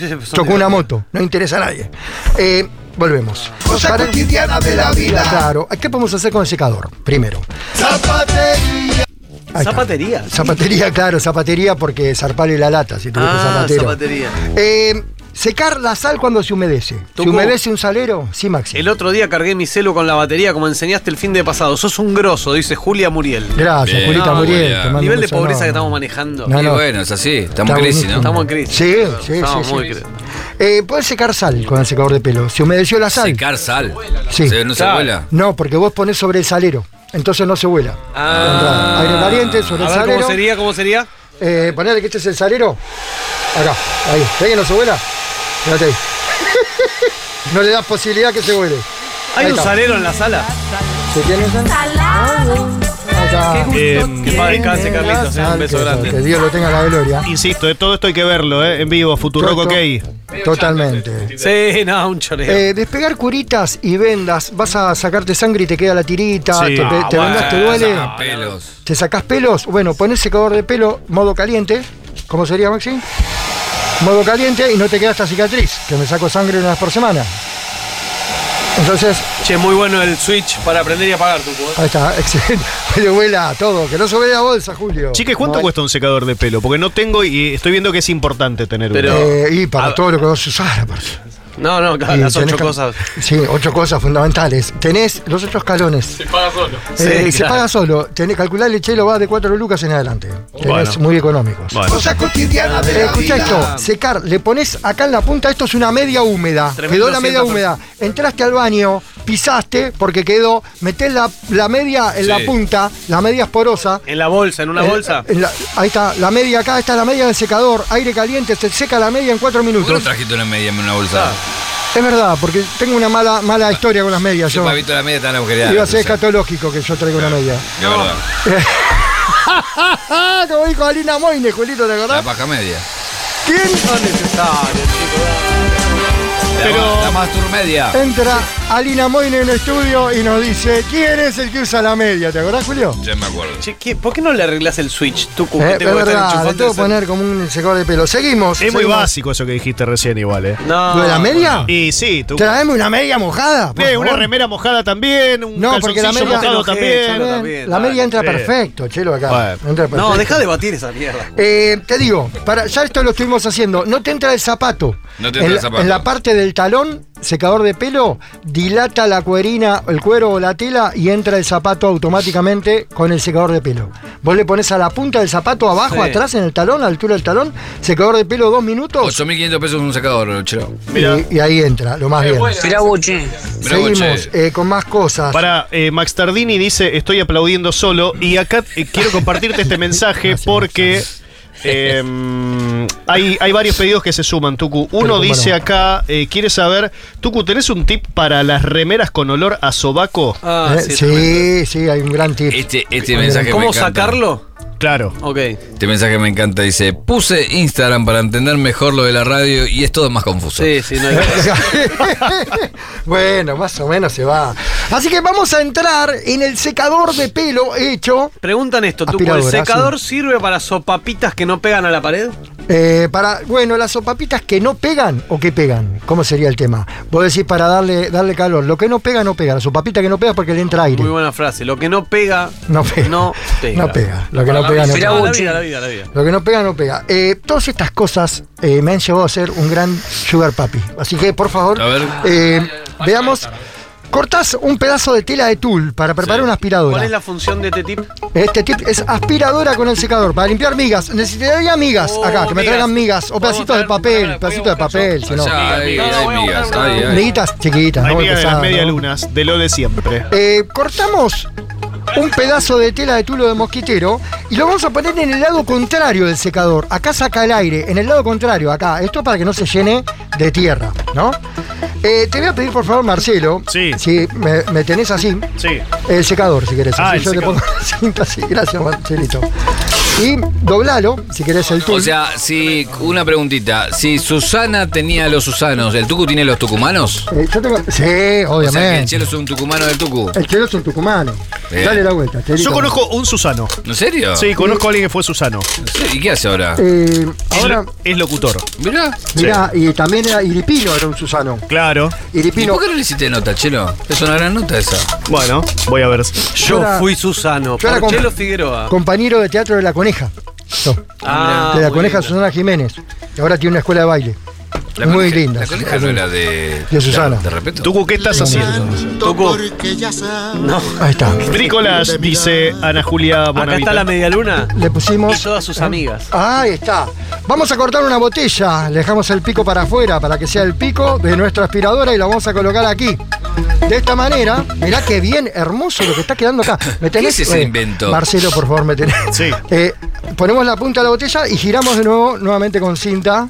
Speaker 6: Chocó una moto, no interesa a nadie. Eh, volvemos. Cosa cotidiana de la vida. Claro, ¿qué podemos hacer con el secador? Primero. Zapatería.
Speaker 2: Zapatería.
Speaker 6: Zapatería, claro, zapatería porque zarpale la lata, si tuviste
Speaker 2: Ah,
Speaker 6: zapatero.
Speaker 2: zapatería.
Speaker 6: Eh, Secar la sal cuando se humedece. ¿Se
Speaker 2: Tucu.
Speaker 6: humedece un salero? Sí, Maxi.
Speaker 2: El otro día cargué mi celu con la batería, como enseñaste el fin de pasado. Sos un grosso, dice Julia Muriel.
Speaker 6: Gracias,
Speaker 4: Bien.
Speaker 6: Julita
Speaker 4: Eh, No,
Speaker 6: Muriel.
Speaker 4: Julia.
Speaker 6: te mando
Speaker 2: Nivel
Speaker 6: un
Speaker 2: de
Speaker 6: beso
Speaker 2: pobreza que
Speaker 6: enorme.
Speaker 2: estamos manejando.
Speaker 6: No,
Speaker 4: Y
Speaker 6: no.
Speaker 4: bueno, es así, estamos
Speaker 6: Está
Speaker 4: en crisis, ¿no?
Speaker 6: buenísimo.
Speaker 2: Estamos en crisis.
Speaker 6: Sí, sí,
Speaker 2: Estamos
Speaker 6: sí,
Speaker 2: muy
Speaker 6: sí.
Speaker 2: crisis.
Speaker 6: Eh, puedes secar sal con el secador de pelo. Se humedeció la sal.
Speaker 4: Secar sal.
Speaker 6: Sí.
Speaker 4: Se- no se
Speaker 2: Claro.
Speaker 4: vuela.
Speaker 6: No, porque vos pones sobre el salero. Entonces no se vuela.
Speaker 2: Ah.
Speaker 6: Aire caliente sobre
Speaker 2: A
Speaker 6: el
Speaker 2: ver, ¿cómo
Speaker 6: salero.
Speaker 2: sería? ¿Cómo sería?
Speaker 6: Eh, ponele que este es el salero. Acá, ahí. ¿Ves que no se vuela? Fíjate ahí. no le das posibilidad que se vuele.
Speaker 2: ¿Hay
Speaker 6: Ahí
Speaker 2: un
Speaker 6: está.
Speaker 2: salero en la sala?
Speaker 6: ¿Se tiene sal? Ahí está.
Speaker 7: Eh,
Speaker 2: Que padre descanse, Carlitos. eh, Un beso
Speaker 6: que- Que
Speaker 2: grande.
Speaker 6: Dios lo tenga la gloria.
Speaker 7: Insisto, de todo esto hay que verlo, ¿eh? En vivo, Futuroco
Speaker 6: Toto.
Speaker 7: OK.
Speaker 6: Totalmente.
Speaker 2: Sí, no, un choreo.
Speaker 6: Eh, despegar curitas y vendas, vas a sacarte sangre y te queda la tirita,
Speaker 7: Sí.
Speaker 6: te,
Speaker 7: Ah,
Speaker 6: te vendas, te duele,
Speaker 4: Saca pelos.
Speaker 6: te sacás pelos, bueno, ponés secador de pelo modo caliente, ¿cómo sería Maxi? Modo caliente y no te queda esta cicatriz, que me saco sangre una vez por semana. Entonces,
Speaker 2: Che, muy bueno el switch para aprender y apagar, Tucu. eh.
Speaker 6: ahí está, excelente. Le huela a todo, que no se huele la bolsa, Julio.
Speaker 7: Chiques, ¿cuánto
Speaker 6: No,
Speaker 7: cuesta un secador de pelo? Porque no tengo y estoy viendo que es importante tener
Speaker 2: Pero-
Speaker 7: uno.
Speaker 6: eh, y para
Speaker 7: Ah.
Speaker 6: todo lo que vas a usar, aparte.
Speaker 2: No, no, claro, las
Speaker 6: Y tenés
Speaker 2: ocho
Speaker 6: que-
Speaker 2: cosas.
Speaker 6: Sí, ocho cosas fundamentales. Tenés los ocho escalones.
Speaker 5: Se paga solo.
Speaker 2: Sí,
Speaker 6: Eh, Se
Speaker 2: claro.
Speaker 6: paga solo. Tenés, calculale, Chelo, va de 4 lucas en adelante. Tenés
Speaker 7: Bueno.
Speaker 6: muy económicos.
Speaker 7: Bueno.
Speaker 6: Eh, escuchá esto, secar, le pones acá en la punta, esto es una media húmeda.
Speaker 2: Tremendo,
Speaker 6: quedó la media
Speaker 2: siento-
Speaker 6: húmeda. Entraste al baño, pisaste porque quedó, metés la, la media en
Speaker 4: Sí.
Speaker 6: la punta, la media es porosa.
Speaker 2: En la bolsa, en una
Speaker 6: Eh,
Speaker 2: bolsa.
Speaker 6: en la- ahí está, la media acá, está la media del secador, aire caliente, se seca la media en 4
Speaker 4: ¿Por qué no
Speaker 6: minutos.
Speaker 4: trajiste una media en una bolsa?
Speaker 6: Es verdad, porque tengo una mala, mala historia con las medias.
Speaker 4: Yo
Speaker 6: yo.
Speaker 4: pavito la media está en la mujer.
Speaker 6: Iba a ser escatológico que yo traigo una media.
Speaker 4: De verdad.
Speaker 6: ¡Ah! Como dijo Alina Moine, Julito, ¿te
Speaker 4: La
Speaker 6: acordás?
Speaker 4: paja media.
Speaker 6: ¿Quién
Speaker 4: La,
Speaker 7: Pero-
Speaker 4: la mastur media.
Speaker 6: entra Alina Moine en el estudio y nos dice quién es el que usa la media? ¿Te acordás, Julio?
Speaker 4: Ya me acuerdo.
Speaker 2: Che, ¿qué- ¿por qué no le arreglás el switch, Tucu?
Speaker 6: Eh,
Speaker 2: Uh, que
Speaker 6: es
Speaker 2: tengo que estar
Speaker 6: verdad, le
Speaker 2: enchufando
Speaker 6: tengo que
Speaker 2: ese-
Speaker 6: poner como un secador de pelo. Seguimos.
Speaker 7: es muy
Speaker 6: seguimos.
Speaker 7: básico eso que dijiste recién, igual, ¿eh?
Speaker 2: No.
Speaker 6: ¿Lo de la media?
Speaker 7: Y sí, tú.
Speaker 6: Traeme una media mojada. por
Speaker 7: Eh, una
Speaker 6: favor.
Speaker 7: remera mojada también, un
Speaker 6: No, eh, porque
Speaker 7: calzoncillo
Speaker 6: la media-
Speaker 7: mojado
Speaker 2: Te enojé,
Speaker 7: también.
Speaker 2: Chelo.
Speaker 6: Bien,
Speaker 2: también,
Speaker 6: La
Speaker 2: dale.
Speaker 6: media entra
Speaker 7: Sí.
Speaker 6: perfecto, chelo acá.
Speaker 7: Bueno.
Speaker 6: Entra
Speaker 2: No,
Speaker 6: perfecto.
Speaker 2: deja de batir esa mierda.
Speaker 6: Eh, te digo, para, ya esto lo estuvimos haciendo. No te entra el zapato.
Speaker 4: No te entra
Speaker 6: en,
Speaker 4: el
Speaker 6: la-
Speaker 4: zapato.
Speaker 6: en la parte del talón, secador de pelo, dilata la cuerina, el cuero o la tela y entra el zapato automáticamente con el secador de pelo. Vos le pones a la punta del zapato abajo,
Speaker 2: Sí.
Speaker 6: atrás, en el talón, a la altura del talón, secador de pelo dos minutos
Speaker 4: 8.500 pesos un secador, chero.
Speaker 7: Mirá.
Speaker 6: y, y ahí entra, lo más bien.
Speaker 1: Mirá vos, che.
Speaker 4: Mirá vos,
Speaker 6: Seguimos
Speaker 4: che.
Speaker 6: eh, con más cosas.
Speaker 7: Para eh, Max Tardini dice, estoy aplaudiendo solo y acá eh, quiero compartirte este mensaje porque eh, hay, hay varios pedidos que se suman, Tucu.
Speaker 6: Pero
Speaker 7: Uno
Speaker 6: cómo
Speaker 7: dice
Speaker 6: no.
Speaker 7: acá, eh, quiere saber, Tucu, ¿tenés un tip para las remeras con olor a sobaco?
Speaker 2: Ah,
Speaker 6: Eh,
Speaker 2: sí.
Speaker 6: sí, sí, hay un gran tip.
Speaker 4: Este,
Speaker 6: eh,
Speaker 4: este mensaje me
Speaker 2: ¿Cómo
Speaker 4: encanta.
Speaker 2: sacarlo?
Speaker 7: Claro.
Speaker 2: Ok.
Speaker 4: Este mensaje me encanta. Dice, puse Instagram para entender mejor lo de la radio y es todo más confuso.
Speaker 2: Sí, sí, no hay
Speaker 6: bueno, más o menos se va. Así que vamos a entrar en el secador de pelo hecho
Speaker 2: Preguntan esto, Tucu. ¿El
Speaker 6: Aspiradora,
Speaker 2: secador sirve para sopapitas que no pegan a la pared?
Speaker 6: eh, para, bueno, las sopapitas que no pegan o que pegan. ¿Cómo sería el tema? Vos decís para darle, darle calor. Lo que no pega, no pega. La sopapita que no pega porque le entra aire.
Speaker 2: Muy buena frase. Lo que no pega.
Speaker 6: No pega.
Speaker 2: No pega.
Speaker 6: No pega. Lo que no
Speaker 2: La
Speaker 6: pega,
Speaker 2: vida,
Speaker 6: no pega.
Speaker 2: La vida, la vida, la vida.
Speaker 6: Lo que no pega, no pega. Eh, todas estas cosas eh, me han llevado a ser un gran sugar papi. Así que, por favor,
Speaker 4: A ver.
Speaker 6: eh, veamos. Cortás un pedazo de tela de tul para preparar una aspiradora.
Speaker 2: ¿Cuál es la función de este tip?
Speaker 6: Este tip es aspiradora con el secador para limpiar migas. Necesitaría migas
Speaker 2: Oh,
Speaker 6: acá, que me
Speaker 2: migas.
Speaker 6: traigan migas o
Speaker 2: Vamos
Speaker 6: pedacitos de
Speaker 2: a traer-
Speaker 6: papel,
Speaker 2: voy a
Speaker 6: pedacitos de
Speaker 2: buscar yo.
Speaker 6: papel, si no.
Speaker 4: Allá hay,
Speaker 2: Migas,
Speaker 4: hay
Speaker 2: migas.
Speaker 4: migas.
Speaker 2: No, no,
Speaker 4: Ay,
Speaker 2: no,
Speaker 4: ay.
Speaker 6: Miguitas chiquitas,
Speaker 7: Hay
Speaker 6: no muy
Speaker 7: migas de las
Speaker 6: pesadas,
Speaker 7: media
Speaker 6: ¿no?
Speaker 7: lunas, de lo de siempre.
Speaker 6: Eh, cortamos un pedazo de tela de tulo de mosquitero y lo vamos a poner en el lado contrario del secador. Acá saca el aire, en el lado contrario, acá. Esto para que no se llene de tierra, ¿no? Eh, te voy a pedir, por favor, Marcelo,
Speaker 7: Sí.
Speaker 6: si me, me tenés así,
Speaker 7: Sí.
Speaker 6: el secador, si querés.
Speaker 7: Ah,
Speaker 6: Así
Speaker 7: el
Speaker 6: yo
Speaker 7: secador.
Speaker 6: le pongo la cinta así. Gracias, Marcelito. Y doblalo, si querés, el tulo.
Speaker 4: O sea, si una preguntita, si Susana tenía los Susanos, ¿el Tucu tiene los tucumanos?
Speaker 6: Eh, yo tengo- Sí,
Speaker 4: O sea, que el
Speaker 6: obviamente.
Speaker 4: Chelo es un tucumano del Tucu.
Speaker 6: el chelo es un tucumano.
Speaker 4: Bien.
Speaker 6: Dale la vuelta, Chelito.
Speaker 7: Yo conozco un Susano.
Speaker 4: ¿En serio?
Speaker 7: Sí, conozco a alguien que fue Susano.
Speaker 4: ¿Y qué hace ahora?
Speaker 6: Eh,
Speaker 7: Es
Speaker 6: ahora,
Speaker 7: lo- es locutor.
Speaker 4: Mirá.
Speaker 6: mirá, y también era Iripino, era un Susano.
Speaker 7: Claro.
Speaker 4: ¿Y
Speaker 6: Iripino.
Speaker 4: por qué no le hiciste nota, Chelo? Es una gran nota esa.
Speaker 7: Bueno, voy a ver.
Speaker 2: Yo
Speaker 6: era-
Speaker 2: fui Susano.
Speaker 6: yo era
Speaker 2: Por
Speaker 6: con-
Speaker 2: Chelo Figueroa.
Speaker 6: compañero de teatro de La Coneja. Yo,
Speaker 2: Ah,
Speaker 6: de La
Speaker 2: muy
Speaker 6: Coneja
Speaker 2: bien.
Speaker 6: Susana Jiménez. que ahora tiene una escuela de baile.
Speaker 4: La
Speaker 6: Muy
Speaker 4: colija-
Speaker 6: linda.
Speaker 4: La colija no era de.
Speaker 6: De Susana.
Speaker 4: De repente.
Speaker 7: Tucu, ¿qué estás haciendo? Tucu. No.
Speaker 6: Ahí está.
Speaker 7: Trícolas, dice Ana Julia Bonavita.
Speaker 2: Acá está la medialuna.
Speaker 6: Le eh, pusimos.
Speaker 2: Y todas sus amigas.
Speaker 6: Ahí está. Vamos a cortar una botella. Le dejamos el pico para afuera para que sea el pico de nuestra aspiradora y la vamos a colocar aquí. De esta manera, mirá qué bien, hermoso lo que está quedando acá. ¿Me tenés? Eh,
Speaker 4: ¿Qué es ese invento?
Speaker 6: Marcelo, por favor, me tenés.
Speaker 7: Sí.
Speaker 6: Eh, ponemos la punta de la botella y giramos de nuevo, nuevamente con cinta.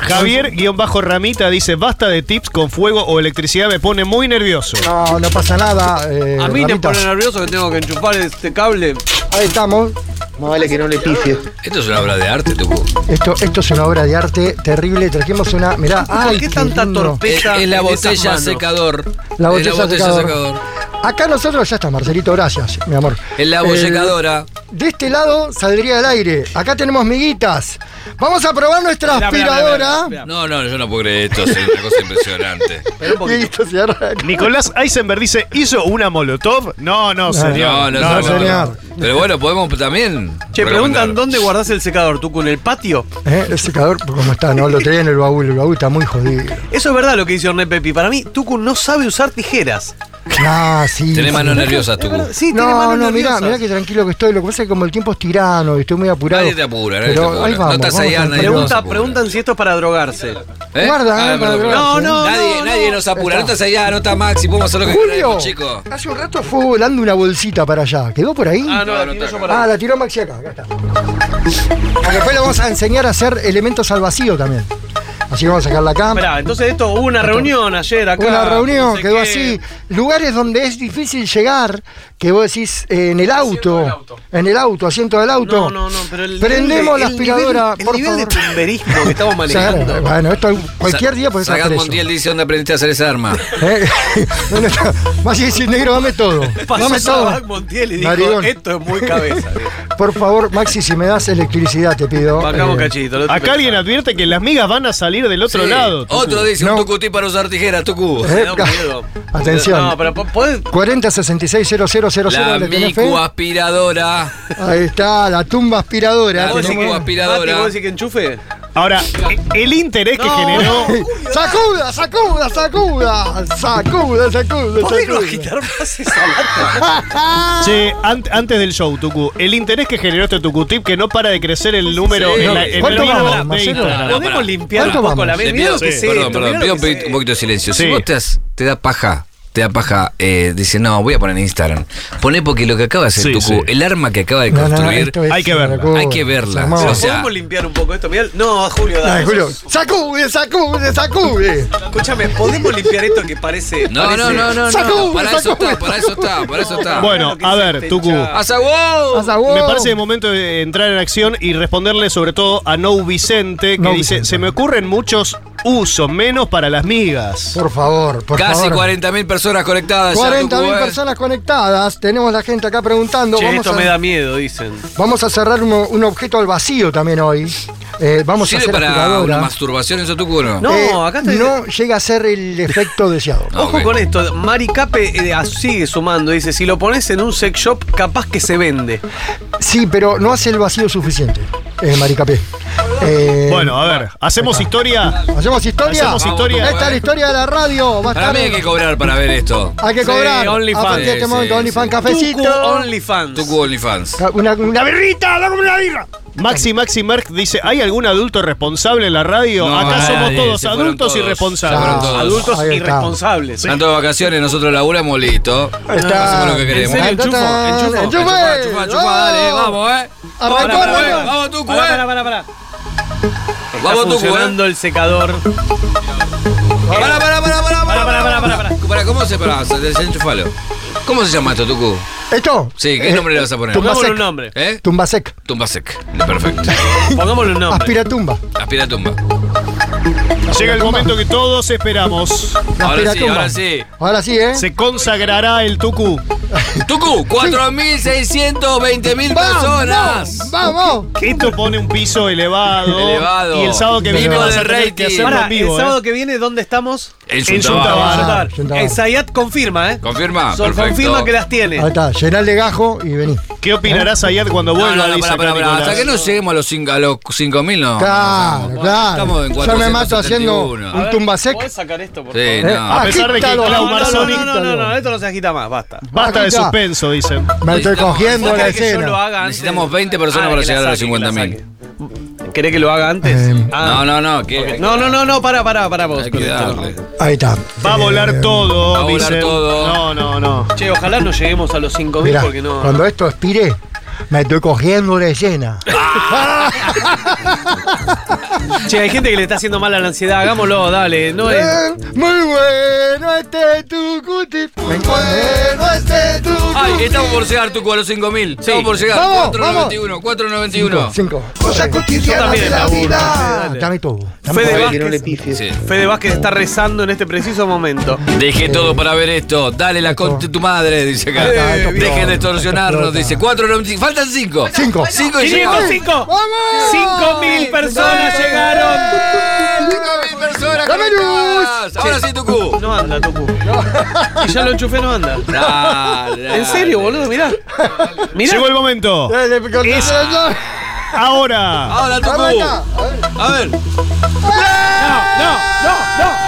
Speaker 7: Javier-Ramita dice, basta de tips con fuego o electricidad, me pone muy nervioso.
Speaker 6: No, no pasa nada. eh,
Speaker 2: A mí me
Speaker 6: Ramitas.
Speaker 2: pone nervioso que tengo que enchufar este cable.
Speaker 6: Ahí estamos.
Speaker 12: Más vale que no le pifie.
Speaker 4: Esto es una obra de arte, Tucu.
Speaker 6: Esto, esto es una obra de arte terrible. Trajimos una. Mirá, ay,
Speaker 2: ¿Por qué tanta
Speaker 6: lindo.
Speaker 4: Es,
Speaker 2: torpeza?
Speaker 4: es la
Speaker 2: en esas
Speaker 4: botella
Speaker 2: manos?
Speaker 4: secador.
Speaker 6: La botella,
Speaker 4: es la botella
Speaker 6: secador.
Speaker 4: secador.
Speaker 6: Acá nosotros ya está, Marcelito, gracias, mi amor.
Speaker 4: Es la
Speaker 6: Eh,
Speaker 4: bollecadora.
Speaker 6: De este lado saldría el aire. Acá tenemos miguitas. Vamos a probar nuestra
Speaker 2: Esperá, esperá,
Speaker 6: aspiradora.
Speaker 2: esperá, esperá.
Speaker 4: No, no, yo no puedo creer esto. Es una cosa impresionante.
Speaker 2: Espera un
Speaker 6: Y
Speaker 2: poquito.
Speaker 6: esto se arranca.
Speaker 7: Nicolás Eisenberg dice, ¿hizo una molotov? No, no,
Speaker 4: No,
Speaker 7: señor.
Speaker 4: no,
Speaker 6: No,
Speaker 4: no,
Speaker 6: señor.
Speaker 4: Pero bueno, podemos también.
Speaker 2: Che,
Speaker 4: recomendar.
Speaker 2: preguntan dónde guardás el secador, Tucu, en el patio.
Speaker 6: Eh, El secador, como está, no lo traía en el baúl. El baúl está muy jodido.
Speaker 2: Eso es verdad lo que dice Orne Pepi. Para mí, Tucu no sabe usar tijeras.
Speaker 6: Ah, sí.
Speaker 4: Tenés
Speaker 6: sí.
Speaker 4: manos nerviosas, Tucu. ¿Eh?
Speaker 2: Sí, tiene
Speaker 6: No,
Speaker 2: manos
Speaker 6: no, mirá,
Speaker 2: nerviosas.
Speaker 6: mirá que tranquilo que estoy. Lo que pasa es que como el tiempo es tirano y estoy muy apurado.
Speaker 4: Nadie te apura, nadie
Speaker 6: Pero
Speaker 4: te apura.
Speaker 6: ahí vamos,
Speaker 4: no estás
Speaker 6: vamos
Speaker 4: ahí,
Speaker 6: a
Speaker 4: Ana.
Speaker 6: pregunta-
Speaker 2: Pregunta- preguntan si esto es para drogarse.
Speaker 6: Guarda, eh, para drogarse.
Speaker 2: No, no,
Speaker 4: Ah, Nadie,
Speaker 2: no,
Speaker 4: nadie
Speaker 2: no.
Speaker 4: nos apura. No estás ahí, ah, no está Maxi. Podemos hacer lo que
Speaker 6: Julio,
Speaker 4: queramos, chicos.
Speaker 6: hace un rato fue volando una bolsita para allá. ¿Quedó por ahí?
Speaker 2: Ah, no,
Speaker 4: No,
Speaker 2: la
Speaker 4: no
Speaker 2: tiré
Speaker 4: está
Speaker 2: yo
Speaker 4: acá.
Speaker 2: para
Speaker 6: Ah, la tiró Maxi acá, acá está. Ah, después le vamos a enseñar a hacer elementos al vacío también. Así que vamos a sacarla acá.
Speaker 2: Esperá, entonces esto hubo una reunión ayer acá.
Speaker 6: Una reunión,
Speaker 2: no sé
Speaker 6: quedó
Speaker 2: qué.
Speaker 6: así. Lugares donde es difícil llegar, que vos decís eh, en el auto,
Speaker 5: del auto.
Speaker 6: En el auto, asiento del auto.
Speaker 2: No, no, no, pero el nivel
Speaker 6: Prendemos
Speaker 2: de-
Speaker 6: la
Speaker 2: el
Speaker 6: aspiradora,
Speaker 2: nivel- el
Speaker 6: por
Speaker 2: nivel
Speaker 6: favor.
Speaker 2: de tumberismo que estamos
Speaker 6: O sea,
Speaker 2: manejando.
Speaker 6: bueno, esto cualquier día podés
Speaker 4: Sagaz
Speaker 6: hacer eso.
Speaker 4: Montiel dice dónde aprendiste a hacer esa arma.
Speaker 6: ¿Eh? No, no, no. Vas a decir, negro, dame todo.
Speaker 2: Pasó
Speaker 6: Dame todo.
Speaker 2: Sabac Montiel y dijo,
Speaker 6: Narigón.
Speaker 2: esto es muy cabeza.
Speaker 6: Por favor, Maxi, si me das electricidad, te pido.
Speaker 2: Bacamos
Speaker 6: eh,
Speaker 2: cachito. lo estoy
Speaker 7: Acá alguien advierte que las migas van a salir del otro
Speaker 4: Sí. Oh.
Speaker 7: lado.
Speaker 4: Otro dice
Speaker 6: No.
Speaker 4: un tucutí para usar tijeras, tucu.
Speaker 6: eh,
Speaker 2: pensando. Me da miedo.
Speaker 6: Atención.
Speaker 2: No, pero po- podés...
Speaker 6: 40 66 000,
Speaker 4: La
Speaker 6: ¿le tenés fe?
Speaker 4: micu aspiradora.
Speaker 6: Ahí está, la tumba aspiradora.
Speaker 4: La
Speaker 2: ¿Vos decís
Speaker 4: tenemos
Speaker 2: que,
Speaker 4: aspiradora.
Speaker 2: Mati, ¿Vos decís que enchufe?
Speaker 7: Ahora, e-, el interés que
Speaker 2: No.
Speaker 7: generó...
Speaker 6: ¡Sacuda, sacuda, sacuda! ¡Sacuda, sacuda,
Speaker 2: ¿Podés no
Speaker 6: sacuda!
Speaker 2: agitar más esa lata?
Speaker 7: Che, an- antes del show, Tucu, el interés que generó este Tucutip que no para de crecer el número
Speaker 4: Sí.
Speaker 7: en, la, en
Speaker 6: ¿Cuánto
Speaker 7: el vivo
Speaker 6: vamos,
Speaker 7: de
Speaker 6: Marcelo?
Speaker 7: Instagram.
Speaker 4: No, pará.
Speaker 2: ¿Podemos limpiar un
Speaker 6: ¿Cuánto
Speaker 2: poco
Speaker 6: vamos?
Speaker 2: la mesa?
Speaker 4: Te pido-
Speaker 2: Mirá lo que
Speaker 4: sí,
Speaker 2: sé,
Speaker 4: perdón, perdón, pido un, poquito- un poquito de silencio. Si
Speaker 7: Sí.
Speaker 4: vos te, das- te da paja, te da paja, eh, dice, no, voy a poner en Instagram. Poné porque lo que acaba de hacer
Speaker 7: Sí,
Speaker 4: Tucu,
Speaker 7: sí.
Speaker 4: el arma que acaba de
Speaker 6: No, no,
Speaker 4: construir.
Speaker 6: esto es
Speaker 7: hay que
Speaker 6: una
Speaker 7: verla,
Speaker 6: locura.
Speaker 4: hay que verla.
Speaker 6: Hermoso.
Speaker 4: O sea-
Speaker 2: ¿Podemos limpiar un poco esto? Mirá- No, Julio, dale.
Speaker 6: Dale, Julio.
Speaker 2: sos-
Speaker 6: ¡Sacude, sacude, sacude!
Speaker 2: Escúchame, ¿podemos limpiar esto que parece.?
Speaker 4: no,
Speaker 2: parece-
Speaker 4: no, no, no,
Speaker 6: Sacó,
Speaker 4: no. Para
Speaker 6: sacó.
Speaker 4: eso está, para eso está, para eso está.
Speaker 7: Bueno,
Speaker 2: Claro que
Speaker 7: a
Speaker 2: sí,
Speaker 7: ver,
Speaker 2: te
Speaker 7: Tucu.
Speaker 2: hincha.
Speaker 4: ¡Hasta wow!
Speaker 6: Pasa vos.
Speaker 7: Me
Speaker 2: Oh.
Speaker 7: parece el momento de entrar en acción y responderle sobre todo a No Vicente, que
Speaker 6: No
Speaker 7: dice,
Speaker 6: Vicente.
Speaker 7: se me ocurren muchos usos, menos para las migas.
Speaker 6: Por favor, por
Speaker 4: Casi
Speaker 6: favor.
Speaker 4: 40.000 personas conectadas. ya,
Speaker 6: 40.000
Speaker 4: Tucu, eh.
Speaker 6: personas conectadas. Tenemos la gente acá preguntando.
Speaker 2: Che,
Speaker 6: vamos,
Speaker 2: esto
Speaker 6: a,
Speaker 2: me da miedo, dicen.
Speaker 6: vamos a cerrar un, un objeto al vacío también hoy. Eh, vamos a
Speaker 4: ¿Sirve
Speaker 6: hacer
Speaker 4: para
Speaker 6: aspiradora.
Speaker 4: una masturbación eso, Tucu, o no?
Speaker 2: No,
Speaker 6: Eh,
Speaker 2: acá está-
Speaker 6: No llega a ser el efecto deseado.
Speaker 4: No,
Speaker 2: Ojo
Speaker 4: ok.
Speaker 2: con esto, Mari Cape eh, ah, sigue sumando, dice, si lo pones en un sex shop, capaz que se vende.
Speaker 6: Sí, pero no hace el vacío suficiente, eh, Maricapé. Eh,
Speaker 7: Bueno, a ver, hacemos historia.
Speaker 6: ¿Hacemos historia?
Speaker 7: Hacemos historia.
Speaker 6: Esta es la historia de la radio. Va a
Speaker 4: Para
Speaker 6: estar-
Speaker 4: mí hay que cobrar para ver esto.
Speaker 6: hay que
Speaker 2: Sí,
Speaker 6: cobrar.
Speaker 2: OnlyFans.
Speaker 6: A partir de este
Speaker 4: Sí,
Speaker 6: momento,
Speaker 4: sí,
Speaker 6: OnlyFans,
Speaker 4: sí.
Speaker 2: Tucu
Speaker 6: cafecito.
Speaker 2: OnlyFans.
Speaker 4: Tucu OnlyFans.
Speaker 6: Una, una birrita, dame una birra.
Speaker 7: Maxi Maxi Merck dice, ¿hay algún adulto responsable en la radio?
Speaker 4: No,
Speaker 7: Acá
Speaker 4: nadie,
Speaker 7: somos todos
Speaker 4: se fueron
Speaker 7: adultos
Speaker 4: todos.
Speaker 7: y responsables.
Speaker 4: Se fueron todos.
Speaker 2: Adultos
Speaker 6: Ahí está.
Speaker 2: irresponsables.
Speaker 4: Tanto de vacaciones, nosotros laburamos, listo.
Speaker 6: está.
Speaker 4: Hacemos lo que queremos. ¿eh?
Speaker 2: ¿En serio? Enchufo, enchufo.
Speaker 4: Enchufá, enchufá, enchufá, dale, vamos, eh.
Speaker 6: Arrancó,
Speaker 4: Vamos,
Speaker 6: arrancó.
Speaker 4: eh, Vamos, Tucu,
Speaker 2: Pará, pará,
Speaker 4: eh.
Speaker 2: pará, pará. Está
Speaker 4: Vamos, Tucu, eh.
Speaker 2: funcionando el secador.
Speaker 4: Pará, pará, pará, pará,
Speaker 2: Pará, pará, pará, pará, pará.
Speaker 4: Pará, ¿cómo se pará? Se- Desenchufalo. ¿Cómo se llama esto, Tucu?
Speaker 6: ¿Esto?
Speaker 4: Sí, ¿qué
Speaker 6: Eh,
Speaker 4: nombre le vas a poner?
Speaker 6: Tumbasec.
Speaker 2: Pongámosle un nombre.
Speaker 4: ¿Eh?
Speaker 6: Tumbasec.
Speaker 4: Tumbasec. Perfecto.
Speaker 2: Pongámosle un nombre.
Speaker 6: Aspira tumba.
Speaker 4: Aspira tumba.
Speaker 7: Llega el momento que todos esperamos.
Speaker 4: Ahora
Speaker 6: Aspira
Speaker 4: sí,
Speaker 6: tumba.
Speaker 4: ahora sí.
Speaker 6: Ahora sí, ¿eh?
Speaker 7: Se consagrará el Tucu.
Speaker 4: Tucu, 4.620.000 personas.
Speaker 6: ¡Vamos!
Speaker 7: Esto pone un piso elevado.
Speaker 4: Elevado.
Speaker 7: Y el sábado que viene
Speaker 4: Pico
Speaker 7: vas a
Speaker 4: de
Speaker 7: tener que
Speaker 4: rating.
Speaker 7: hacerlo
Speaker 2: Pará,
Speaker 7: en vivo,
Speaker 2: el
Speaker 7: ¿eh?
Speaker 2: sábado que viene, ¿dónde estamos?
Speaker 4: En
Speaker 7: En
Speaker 4: Suntabar.
Speaker 7: Suntabar.
Speaker 2: Ayudar.
Speaker 6: sentado.
Speaker 2: Eh, Zayat confirma, ¿eh?
Speaker 4: Confirma, Ah,
Speaker 2: Sol
Speaker 4: perfecto.
Speaker 2: confirma que las
Speaker 6: Ahí
Speaker 2: tiene.
Speaker 6: está, llenar de gajo y vení.
Speaker 7: ¿Qué opinarás ayer cuando
Speaker 4: No,
Speaker 7: vuelva?
Speaker 4: no, no,
Speaker 7: dice
Speaker 4: pará, pará,
Speaker 7: acá
Speaker 4: pará.
Speaker 7: Nicolás.
Speaker 4: Hasta que no lleguemos a los cinco- a los 5.000, no.
Speaker 6: Claro,
Speaker 4: Estamos en
Speaker 6: claro. Yo me mato haciendo
Speaker 4: 471. A
Speaker 6: un Eh, tumbasec.
Speaker 2: ¿Puedes sacar esto, por
Speaker 4: Sí,
Speaker 2: favor?
Speaker 4: no.
Speaker 6: ah,
Speaker 4: A
Speaker 7: pesar de que
Speaker 2: No,
Speaker 7: Clau
Speaker 2: no, no,
Speaker 7: Marzoni-
Speaker 2: no, no, no, no, esto no se agita más, basta.
Speaker 7: Basta de
Speaker 6: Bajita.
Speaker 7: suspenso, dicen.
Speaker 6: Me estoy cogiendo
Speaker 2: ¿Vos
Speaker 6: la
Speaker 2: querés que yo
Speaker 6: escena.
Speaker 2: lo haga antes?
Speaker 4: Necesitamos 20 personas
Speaker 2: Ah,
Speaker 4: para
Speaker 2: que la
Speaker 4: llegar a los
Speaker 2: saque, que la
Speaker 4: 50.000.
Speaker 2: ¿Querés que lo haga antes? Ah.
Speaker 4: No, no, no. que-
Speaker 2: No, no, no, no, para, para, para vos.
Speaker 4: Hay que darle.
Speaker 6: Ahí está. Eh,
Speaker 7: Va a volar todo,
Speaker 4: va a volar
Speaker 7: dicen.
Speaker 4: todo.
Speaker 7: No, no, no.
Speaker 2: Che, ojalá no lleguemos a los 5.000
Speaker 6: Mirá,
Speaker 2: porque no.
Speaker 6: cuando esto expire, me estoy cogiendo la escena.
Speaker 7: Ah.
Speaker 2: Che, hay gente que le está haciendo mal a la ansiedad, hagámoslo, dale. No es.
Speaker 6: Eh, Muy bueno este tu cuti. Muy bueno este tu
Speaker 4: Ay,
Speaker 6: cuti.
Speaker 4: estamos por llegar, Tucu, a los 5.000. Estamos por llegar.
Speaker 6: Vamos,
Speaker 4: 4.91, 4.91.
Speaker 6: Cinco. Cosa cotidiana
Speaker 2: también de la me aburro, vida. che, dale.
Speaker 6: Dame todo. Dame
Speaker 2: Fede
Speaker 6: todo.
Speaker 12: Vale, que no le
Speaker 2: Vázquez,
Speaker 12: pifies.
Speaker 4: Sí.
Speaker 2: Fede Vázquez está rezando en este preciso momento.
Speaker 4: Dejé todo para ver esto. Dale la concha de tu madre, dice acá.
Speaker 6: Eh, esto
Speaker 4: Dejen
Speaker 6: explota,
Speaker 4: de extorsionarnos,
Speaker 6: explota.
Speaker 4: dice. Cuatro, no, cinco. faltan cinco.
Speaker 6: Cinco.
Speaker 4: Cinco y llegamos.
Speaker 2: 505.
Speaker 6: ¡Vamos!
Speaker 2: 5.000 personas llegaron.
Speaker 4: Cinco mil personas
Speaker 6: ¡Dame luz!
Speaker 4: conectadas. Ahora sí, Tucu.
Speaker 2: No anda, Tucu. Y ya lo enchufé, no anda.
Speaker 4: Dale.
Speaker 2: ¿En serio, boludo? Mirá. Mirá.
Speaker 7: Llegó el momento.
Speaker 6: Dale, con- No,
Speaker 7: Ahora.
Speaker 4: Ahora,
Speaker 6: arranca.
Speaker 4: Tucu. A ver.
Speaker 2: No, no, no, no.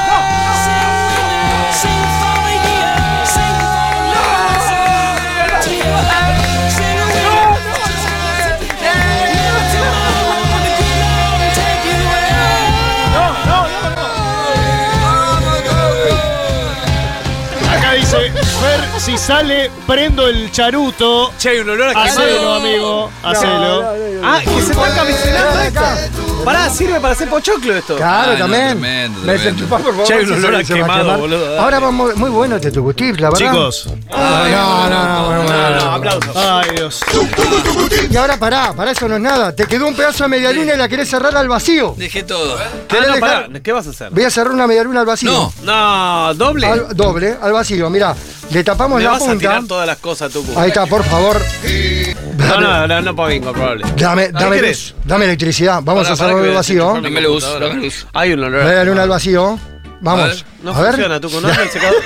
Speaker 7: Acá dice, Fer, si sale, prendo el charuto.
Speaker 2: Che, hay un olor a
Speaker 7: Hacelo,
Speaker 2: quemado.
Speaker 7: amigo.
Speaker 6: no, no,
Speaker 7: Hacelo.
Speaker 6: no, no.
Speaker 2: Ah, que se está camisinando
Speaker 6: Acá.
Speaker 2: esto. Pará, sirve para hacer pochoclo esto.
Speaker 6: Claro,
Speaker 4: Ay, no,
Speaker 6: también.
Speaker 4: tremendo,
Speaker 6: Me
Speaker 4: tremendo.
Speaker 6: desenchufás, por favor.
Speaker 2: Che, hay un
Speaker 6: si
Speaker 2: olor
Speaker 6: se-
Speaker 2: a
Speaker 6: se va
Speaker 2: quemado,
Speaker 6: quemar.
Speaker 2: boludo, dale.
Speaker 6: Ahora vamos, muy bueno este tucutip, la verdad.
Speaker 7: Chicos. Ah,
Speaker 6: Ay, no, no, no, no, no.
Speaker 2: Aplausos. Ah,
Speaker 7: Ay, Dios.
Speaker 6: Y ahora pará, pará, eso no es nada. Te quedó un pedazo de media luna y la querés cerrar al vacío.
Speaker 4: Dejé todo.
Speaker 2: Ah,
Speaker 6: ¿Querés
Speaker 2: no,
Speaker 6: dejar?
Speaker 2: pará. ¿Qué vas a hacer?
Speaker 6: Voy a cerrar una media luna al vacío.
Speaker 4: No.
Speaker 2: No, doble.
Speaker 6: Al- doble, al vacío. Mirá, le tapamos
Speaker 2: Me
Speaker 6: la
Speaker 2: vas a
Speaker 6: punta.
Speaker 2: tirar todas las cosas, Tucu.
Speaker 6: Ahí está, por favor.
Speaker 2: No, no, no, no para bingo, probable.
Speaker 6: Dame,
Speaker 2: ¿Qué
Speaker 6: dame
Speaker 2: querés?
Speaker 6: luz. Dame electricidad. Vamos
Speaker 2: Pará, pará que
Speaker 6: a cerrar
Speaker 2: voy
Speaker 6: el
Speaker 2: a
Speaker 6: vacío.
Speaker 2: desenchufarme
Speaker 4: Dame
Speaker 2: la
Speaker 4: luz,
Speaker 2: computadora.
Speaker 4: dame luz.
Speaker 2: Hay un olor. a
Speaker 6: Media luna
Speaker 2: quemado.
Speaker 6: al vacío. Vamos.
Speaker 2: No
Speaker 6: a ver.
Speaker 2: funciona, Tucu, no anda el secador.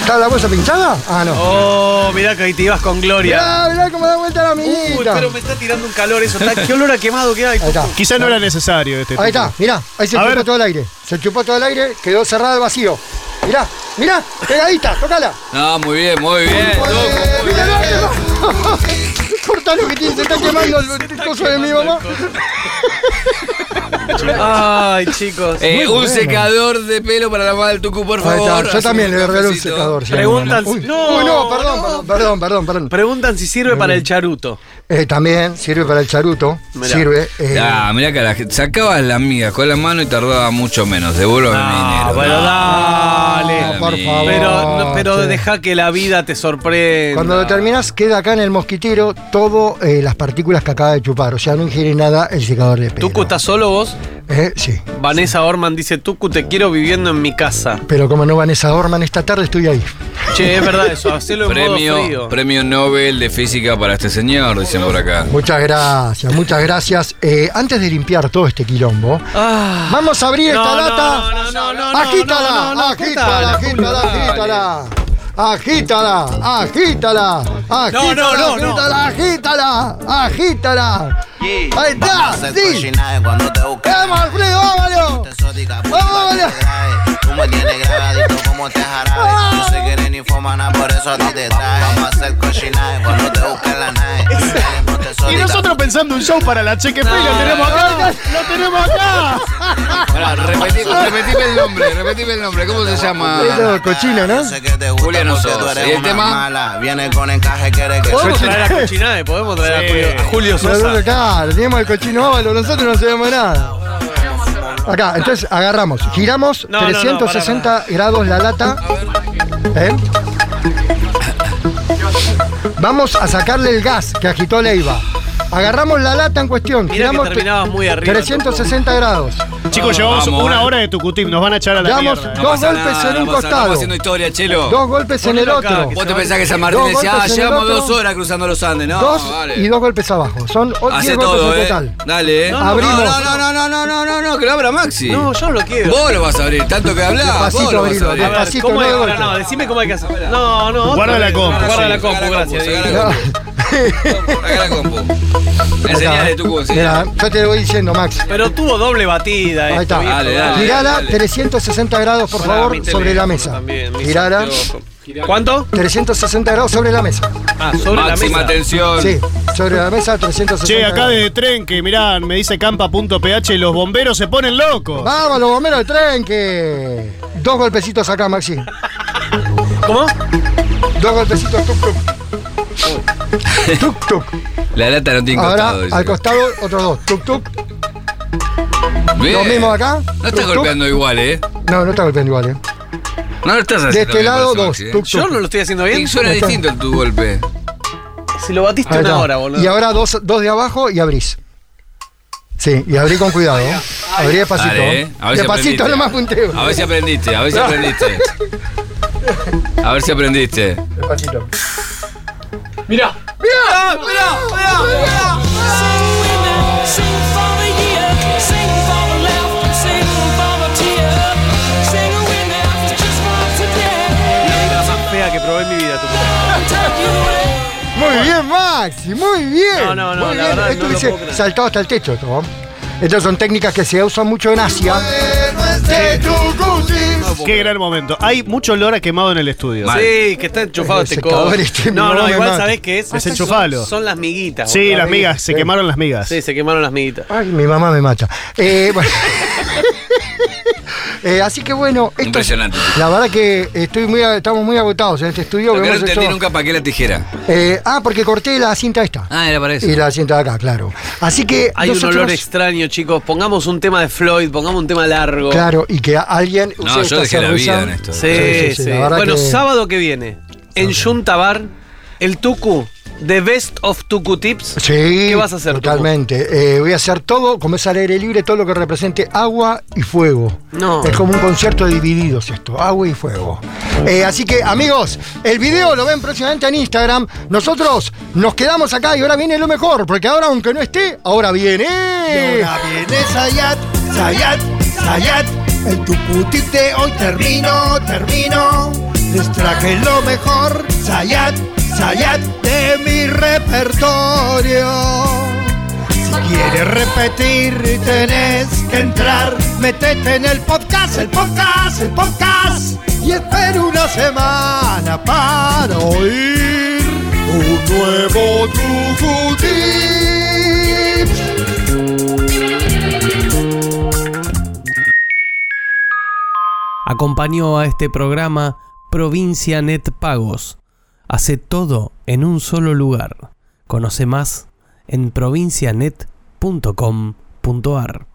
Speaker 6: ¿Está la bolsa pinchada? Ah, no.
Speaker 2: Oh, mirá que ahí te ibas con gloria.
Speaker 6: Mirá, mirá cómo da vuelta la
Speaker 2: Uy,
Speaker 6: minita.
Speaker 2: pero me está tirando un calor eso. está- ¿Qué olor a quemado que hay?
Speaker 6: Ahí está.
Speaker 7: Quizá no era necesario este.
Speaker 6: Ahí está, mirá, ahí se
Speaker 7: A
Speaker 6: chupó
Speaker 7: ver.
Speaker 6: todo el aire. Se chupó todo el aire, quedó cerrada al vacío. Mirá, mirá, pegadita, tocala.
Speaker 4: No, muy bien, muy bien. Tucu, muy
Speaker 6: Mirá,
Speaker 4: bien.
Speaker 6: mirá, mirá. Cortalo que tiene, se está quemando el, el coso de mi mamá.
Speaker 2: Ay, chicos.
Speaker 4: Eh, un
Speaker 6: bueno.
Speaker 4: secador de pelo para la mamá del Tucu, por
Speaker 6: Ahí
Speaker 4: favor.
Speaker 6: está, yo
Speaker 4: Hacemos
Speaker 6: también le regalé un
Speaker 4: cafecito.
Speaker 6: secador. si
Speaker 2: Preguntan
Speaker 6: hay
Speaker 2: si-
Speaker 6: uno. Uy,
Speaker 2: no,
Speaker 6: uy, no, perdón,
Speaker 2: no.
Speaker 6: perdón, perdón, perdón. perdón.
Speaker 2: Preguntan si sirve para el charuto.
Speaker 6: Eh, también sirve para el charuto,
Speaker 2: Mirá.
Speaker 6: sirve. eh,
Speaker 4: Ah, mirá que la gente sacaba las migas con la mano y tardaba mucho menos. Devuelvo mi
Speaker 2: Ah,
Speaker 4: dinero.
Speaker 2: pero
Speaker 6: Ah,
Speaker 2: dale.
Speaker 6: por
Speaker 4: mi-
Speaker 6: favor.
Speaker 2: Pero, no- pero
Speaker 6: che.
Speaker 2: deja que la vida te sorprenda.
Speaker 6: Cuando lo terminas, queda acá en el mosquitero todas las partículas que acaba de chupar. O sea, no ingiere nada el secador de pelo.
Speaker 2: Tucu, ¿estás solo vos?
Speaker 6: Eh, sí.
Speaker 2: Vanessa Orman dice, Tucu, te quiero viviendo en mi casa.
Speaker 6: Pero como no van esa Orman esta tarde, estoy ahí.
Speaker 2: Che, es verdad eso, hacelo en modo
Speaker 4: Premio,
Speaker 2: frío.
Speaker 4: premio Nobel de Física para este señor, dicen por acá.
Speaker 6: Muchas gracias, muchas gracias. Eh, antes de limpiar todo este quilombo,
Speaker 2: Ah.
Speaker 6: vamos a abrir esta
Speaker 2: No, no,
Speaker 6: lata.
Speaker 2: no, no, no, no,
Speaker 6: agítala,
Speaker 2: no, no, no,
Speaker 6: agítala,
Speaker 2: juntala,
Speaker 6: agítala, agítala, agítala, agítala, agítala,
Speaker 2: No, no, no, no.
Speaker 6: agítala, agítala, agítala. Ahí está, sí. Vamos, Alfredo, vámonos. Vamos, vámonos.
Speaker 13: Tú me tienes grabadito como te jarabe.
Speaker 3: Ah.
Speaker 13: Yo sé que eres ninfómana, por eso a ti te traje. Vamos a hacer cochinaje cuando te busquen la nave. Tenemos tesoro
Speaker 7: Y
Speaker 13: y
Speaker 7: nosotros pensando un show para la Cheque Fe, lo tenemos acá. Lo tenemos acá.
Speaker 4: Pará, repetí- repetime el nombre, repetime el nombre. ¿Cómo se llama?
Speaker 6: Esto, cochino,
Speaker 13: Yo
Speaker 6: ¿no?
Speaker 13: sé que te gusta
Speaker 4: Juliano
Speaker 13: porque
Speaker 4: Sosa.
Speaker 13: tú
Speaker 4: ¿Y
Speaker 13: eres
Speaker 4: el
Speaker 13: una
Speaker 4: tema?
Speaker 13: mala. Viene con encaje, quiere que
Speaker 2: Podemos traer a Cochinae, podemos traer a Julio- a Julio
Speaker 6: Nosotros,
Speaker 2: Sosa.
Speaker 6: claro, tenemos el cochino óvalo, nosotros no sabemos nada. Acá, entonces agarramos, giramos
Speaker 2: No, no, no,
Speaker 6: 360 grados la lata. ¿Eh? Vamos a sacarle el gas que agitó Leiva. Agarramos la lata en cuestión,
Speaker 2: Mirá que
Speaker 6: giramos
Speaker 2: terminabas muy arriba.
Speaker 6: 360 grados.
Speaker 7: Chicos, llevamos
Speaker 4: Vamos,
Speaker 7: una
Speaker 4: eh.
Speaker 7: hora de Tucutip, nos van a echar a la
Speaker 6: Damos
Speaker 7: mierda.
Speaker 6: dos golpes en un costado.
Speaker 4: Estamos haciendo historia, Chelo.
Speaker 6: Dos golpes en el otro.
Speaker 4: Vos te pensás que San Martín
Speaker 6: Dos
Speaker 4: decía, ah,
Speaker 6: golpes en el
Speaker 4: llevamos
Speaker 6: otro.
Speaker 4: dos horas cruzando los Andes, ¿no? Ah,
Speaker 6: dos
Speaker 4: vale.
Speaker 6: y dos golpes abajo. Son o- diez
Speaker 4: Hace
Speaker 6: golpes
Speaker 4: todo,
Speaker 6: en
Speaker 4: ¿eh?
Speaker 6: total.
Speaker 4: Dale, ¿eh?
Speaker 6: No, no, Abrimos.
Speaker 4: No, no, no, no, no, no, no, no, que lo abra Maxi.
Speaker 2: No, yo lo quiero.
Speaker 4: Vos lo vas a abrir, tanto que hablás. vos
Speaker 6: Despacito
Speaker 4: lo vas
Speaker 6: abrilo,
Speaker 4: a abrir.
Speaker 6: despacito,
Speaker 2: ¿Cómo
Speaker 6: no
Speaker 2: es?
Speaker 6: de
Speaker 2: Ahora
Speaker 6: golpe.
Speaker 2: no, decime cómo hay que hacer. No, no. otra
Speaker 7: Guarda
Speaker 2: vez.
Speaker 7: la compu.
Speaker 2: Guarda la
Speaker 4: Saca
Speaker 2: compu,
Speaker 4: la compu,
Speaker 2: gracias.
Speaker 4: saca
Speaker 2: Diego.
Speaker 4: la compu. Saca la compu. Enseñale tu cubo,
Speaker 6: Mira, yo te lo voy diciendo, Max.
Speaker 2: Pero tuvo doble batida.
Speaker 6: Ahí
Speaker 2: esto,
Speaker 6: está.
Speaker 2: viejo.
Speaker 6: Girala 360 grados, por
Speaker 2: Pará, mi
Speaker 6: favor,
Speaker 2: teléfono
Speaker 6: sobre la mesa.
Speaker 2: también, mi
Speaker 6: Girala
Speaker 2: teléfono. ¿Cuánto?
Speaker 6: 360 grados sobre la mesa.
Speaker 2: Ah, sobre la
Speaker 4: Máxima
Speaker 2: mesa.
Speaker 4: atención.
Speaker 6: Sí, sobre la mesa 360
Speaker 7: Che, acá
Speaker 6: grados.
Speaker 7: de tren que mirá, me dice campa.ph, los bomberos se ponen locos.
Speaker 6: Vamos, los bomberos del tren que. Dos golpecitos acá, Maxi.
Speaker 2: ¿Cómo?
Speaker 6: Dos golpecitos, tuk tuk. Tuk tuk.
Speaker 4: La lata no tiene
Speaker 6: Ahora
Speaker 4: costado. dice.
Speaker 6: al costado, otros dos. Tuk tuk.
Speaker 4: Bien.
Speaker 6: Lo mismo acá.
Speaker 4: No
Speaker 6: Tuk,
Speaker 4: estás
Speaker 6: tuk.
Speaker 4: golpeando igual, ¿eh?
Speaker 6: No, no está golpeando igual, eh.
Speaker 4: No lo estás haciendo
Speaker 6: De este
Speaker 4: bien,
Speaker 6: lado,
Speaker 4: parece,
Speaker 6: dos.
Speaker 4: Maxi, ¿eh?
Speaker 6: Tuk
Speaker 2: Yo
Speaker 6: tuk.
Speaker 2: no lo estoy haciendo
Speaker 4: Y
Speaker 2: bien.
Speaker 4: suena distinto tu golpe.
Speaker 2: Si lo batiste
Speaker 6: Ahí
Speaker 2: una
Speaker 6: está.
Speaker 2: hora, boludo.
Speaker 6: Y ahora dos, dos de abajo y abrís. Sí, y abrí con cuidado. ¿eh? Abrí despacito.
Speaker 4: Dale,
Speaker 6: ¿eh?
Speaker 4: ¿eh? A ver si
Speaker 6: Despacito,
Speaker 4: aprendiste.
Speaker 6: no más punteo.
Speaker 4: A ver si aprendiste, a ver si aprendiste. A ver si aprendiste.
Speaker 6: Despacito.
Speaker 2: Mirá. Mirá, mirá, mirá. La más fea que probé en mi vida, tu
Speaker 6: Muy bien, Maxi, muy bien.
Speaker 2: No, no, no,
Speaker 6: muy
Speaker 2: la
Speaker 6: bien.
Speaker 2: verdad
Speaker 6: Esto
Speaker 2: no lo
Speaker 6: hubiese
Speaker 2: puedo creer.
Speaker 6: saltado hasta el techo. esto, ¿no? Estas son técnicas que se usan mucho en Asia.
Speaker 7: Qué gran momento. Hay mucho olor a quemado en el estudio.
Speaker 4: Mal.
Speaker 2: Sí, que está enchufado
Speaker 6: Ese
Speaker 2: este codo.
Speaker 6: cabrón, este
Speaker 2: No,
Speaker 6: no
Speaker 2: no,
Speaker 6: me
Speaker 2: igual
Speaker 6: mata.
Speaker 2: sabés que es.
Speaker 7: Desenchufalo.
Speaker 2: Son, son las miguitas.
Speaker 7: Sí,
Speaker 2: boludo.
Speaker 7: las migas, se quemaron las migas.
Speaker 2: Sí, se quemaron las miguitas.
Speaker 6: Ay, mi mamá me mata. Eh, bueno. Eh, así que bueno, esto-
Speaker 4: Impresionante.
Speaker 6: la verdad que estoy muy, estamos muy agotados en este estudio.
Speaker 4: Lo
Speaker 6: que
Speaker 4: que no
Speaker 6: hemos
Speaker 4: entendí
Speaker 6: hecho-
Speaker 4: nunca para qué la tijera.
Speaker 6: Eh, ah, porque corté la cinta esta.
Speaker 4: Ah, era para eso.
Speaker 6: Y la cinta de acá, claro. Así que
Speaker 2: Hay
Speaker 6: nosotros-
Speaker 2: un olor extraño, chicos. Pongamos un tema de Floyd, pongamos un tema largo.
Speaker 6: Claro, y que alguien
Speaker 4: No,
Speaker 6: use
Speaker 4: yo
Speaker 6: esta
Speaker 4: dejé la
Speaker 6: cerveza.
Speaker 4: vida en esto.
Speaker 2: Sí,
Speaker 6: Sí, sí, sí,
Speaker 2: sí.
Speaker 6: la verdad
Speaker 2: Bueno,
Speaker 6: que-
Speaker 2: sábado que viene, en Yuntabar, el Tucu, The Best of Tucu Tips.
Speaker 6: Sí,
Speaker 2: ¿Qué vas a hacer, Tucu?
Speaker 6: Totalmente. Eh, voy a hacer todo, como es al aire libre, todo lo que represente agua y fuego.
Speaker 2: No.
Speaker 6: Es como un concierto de divididos esto, agua y fuego. Eh, así que, amigos, el video lo ven próximamente en Instagram. Nosotros nos quedamos acá y ahora viene lo mejor, porque ahora, aunque no esté, ahora viene. ahora viene Sayat, Sayat, Sayat. El tucutip de hoy termino, termino. Les traje lo mejor, Sayat, Sayat, de mi repertorio. Si quieres repetir, tenés que entrar. Métete en el podcast, el podcast, el podcast. Y espera una semana para oír un nuevo Tucu Tips.
Speaker 14: Acompañó a este programa Provincia Net Pagos. Hace todo en un solo lugar. Conoce más en provincianet.com.ar.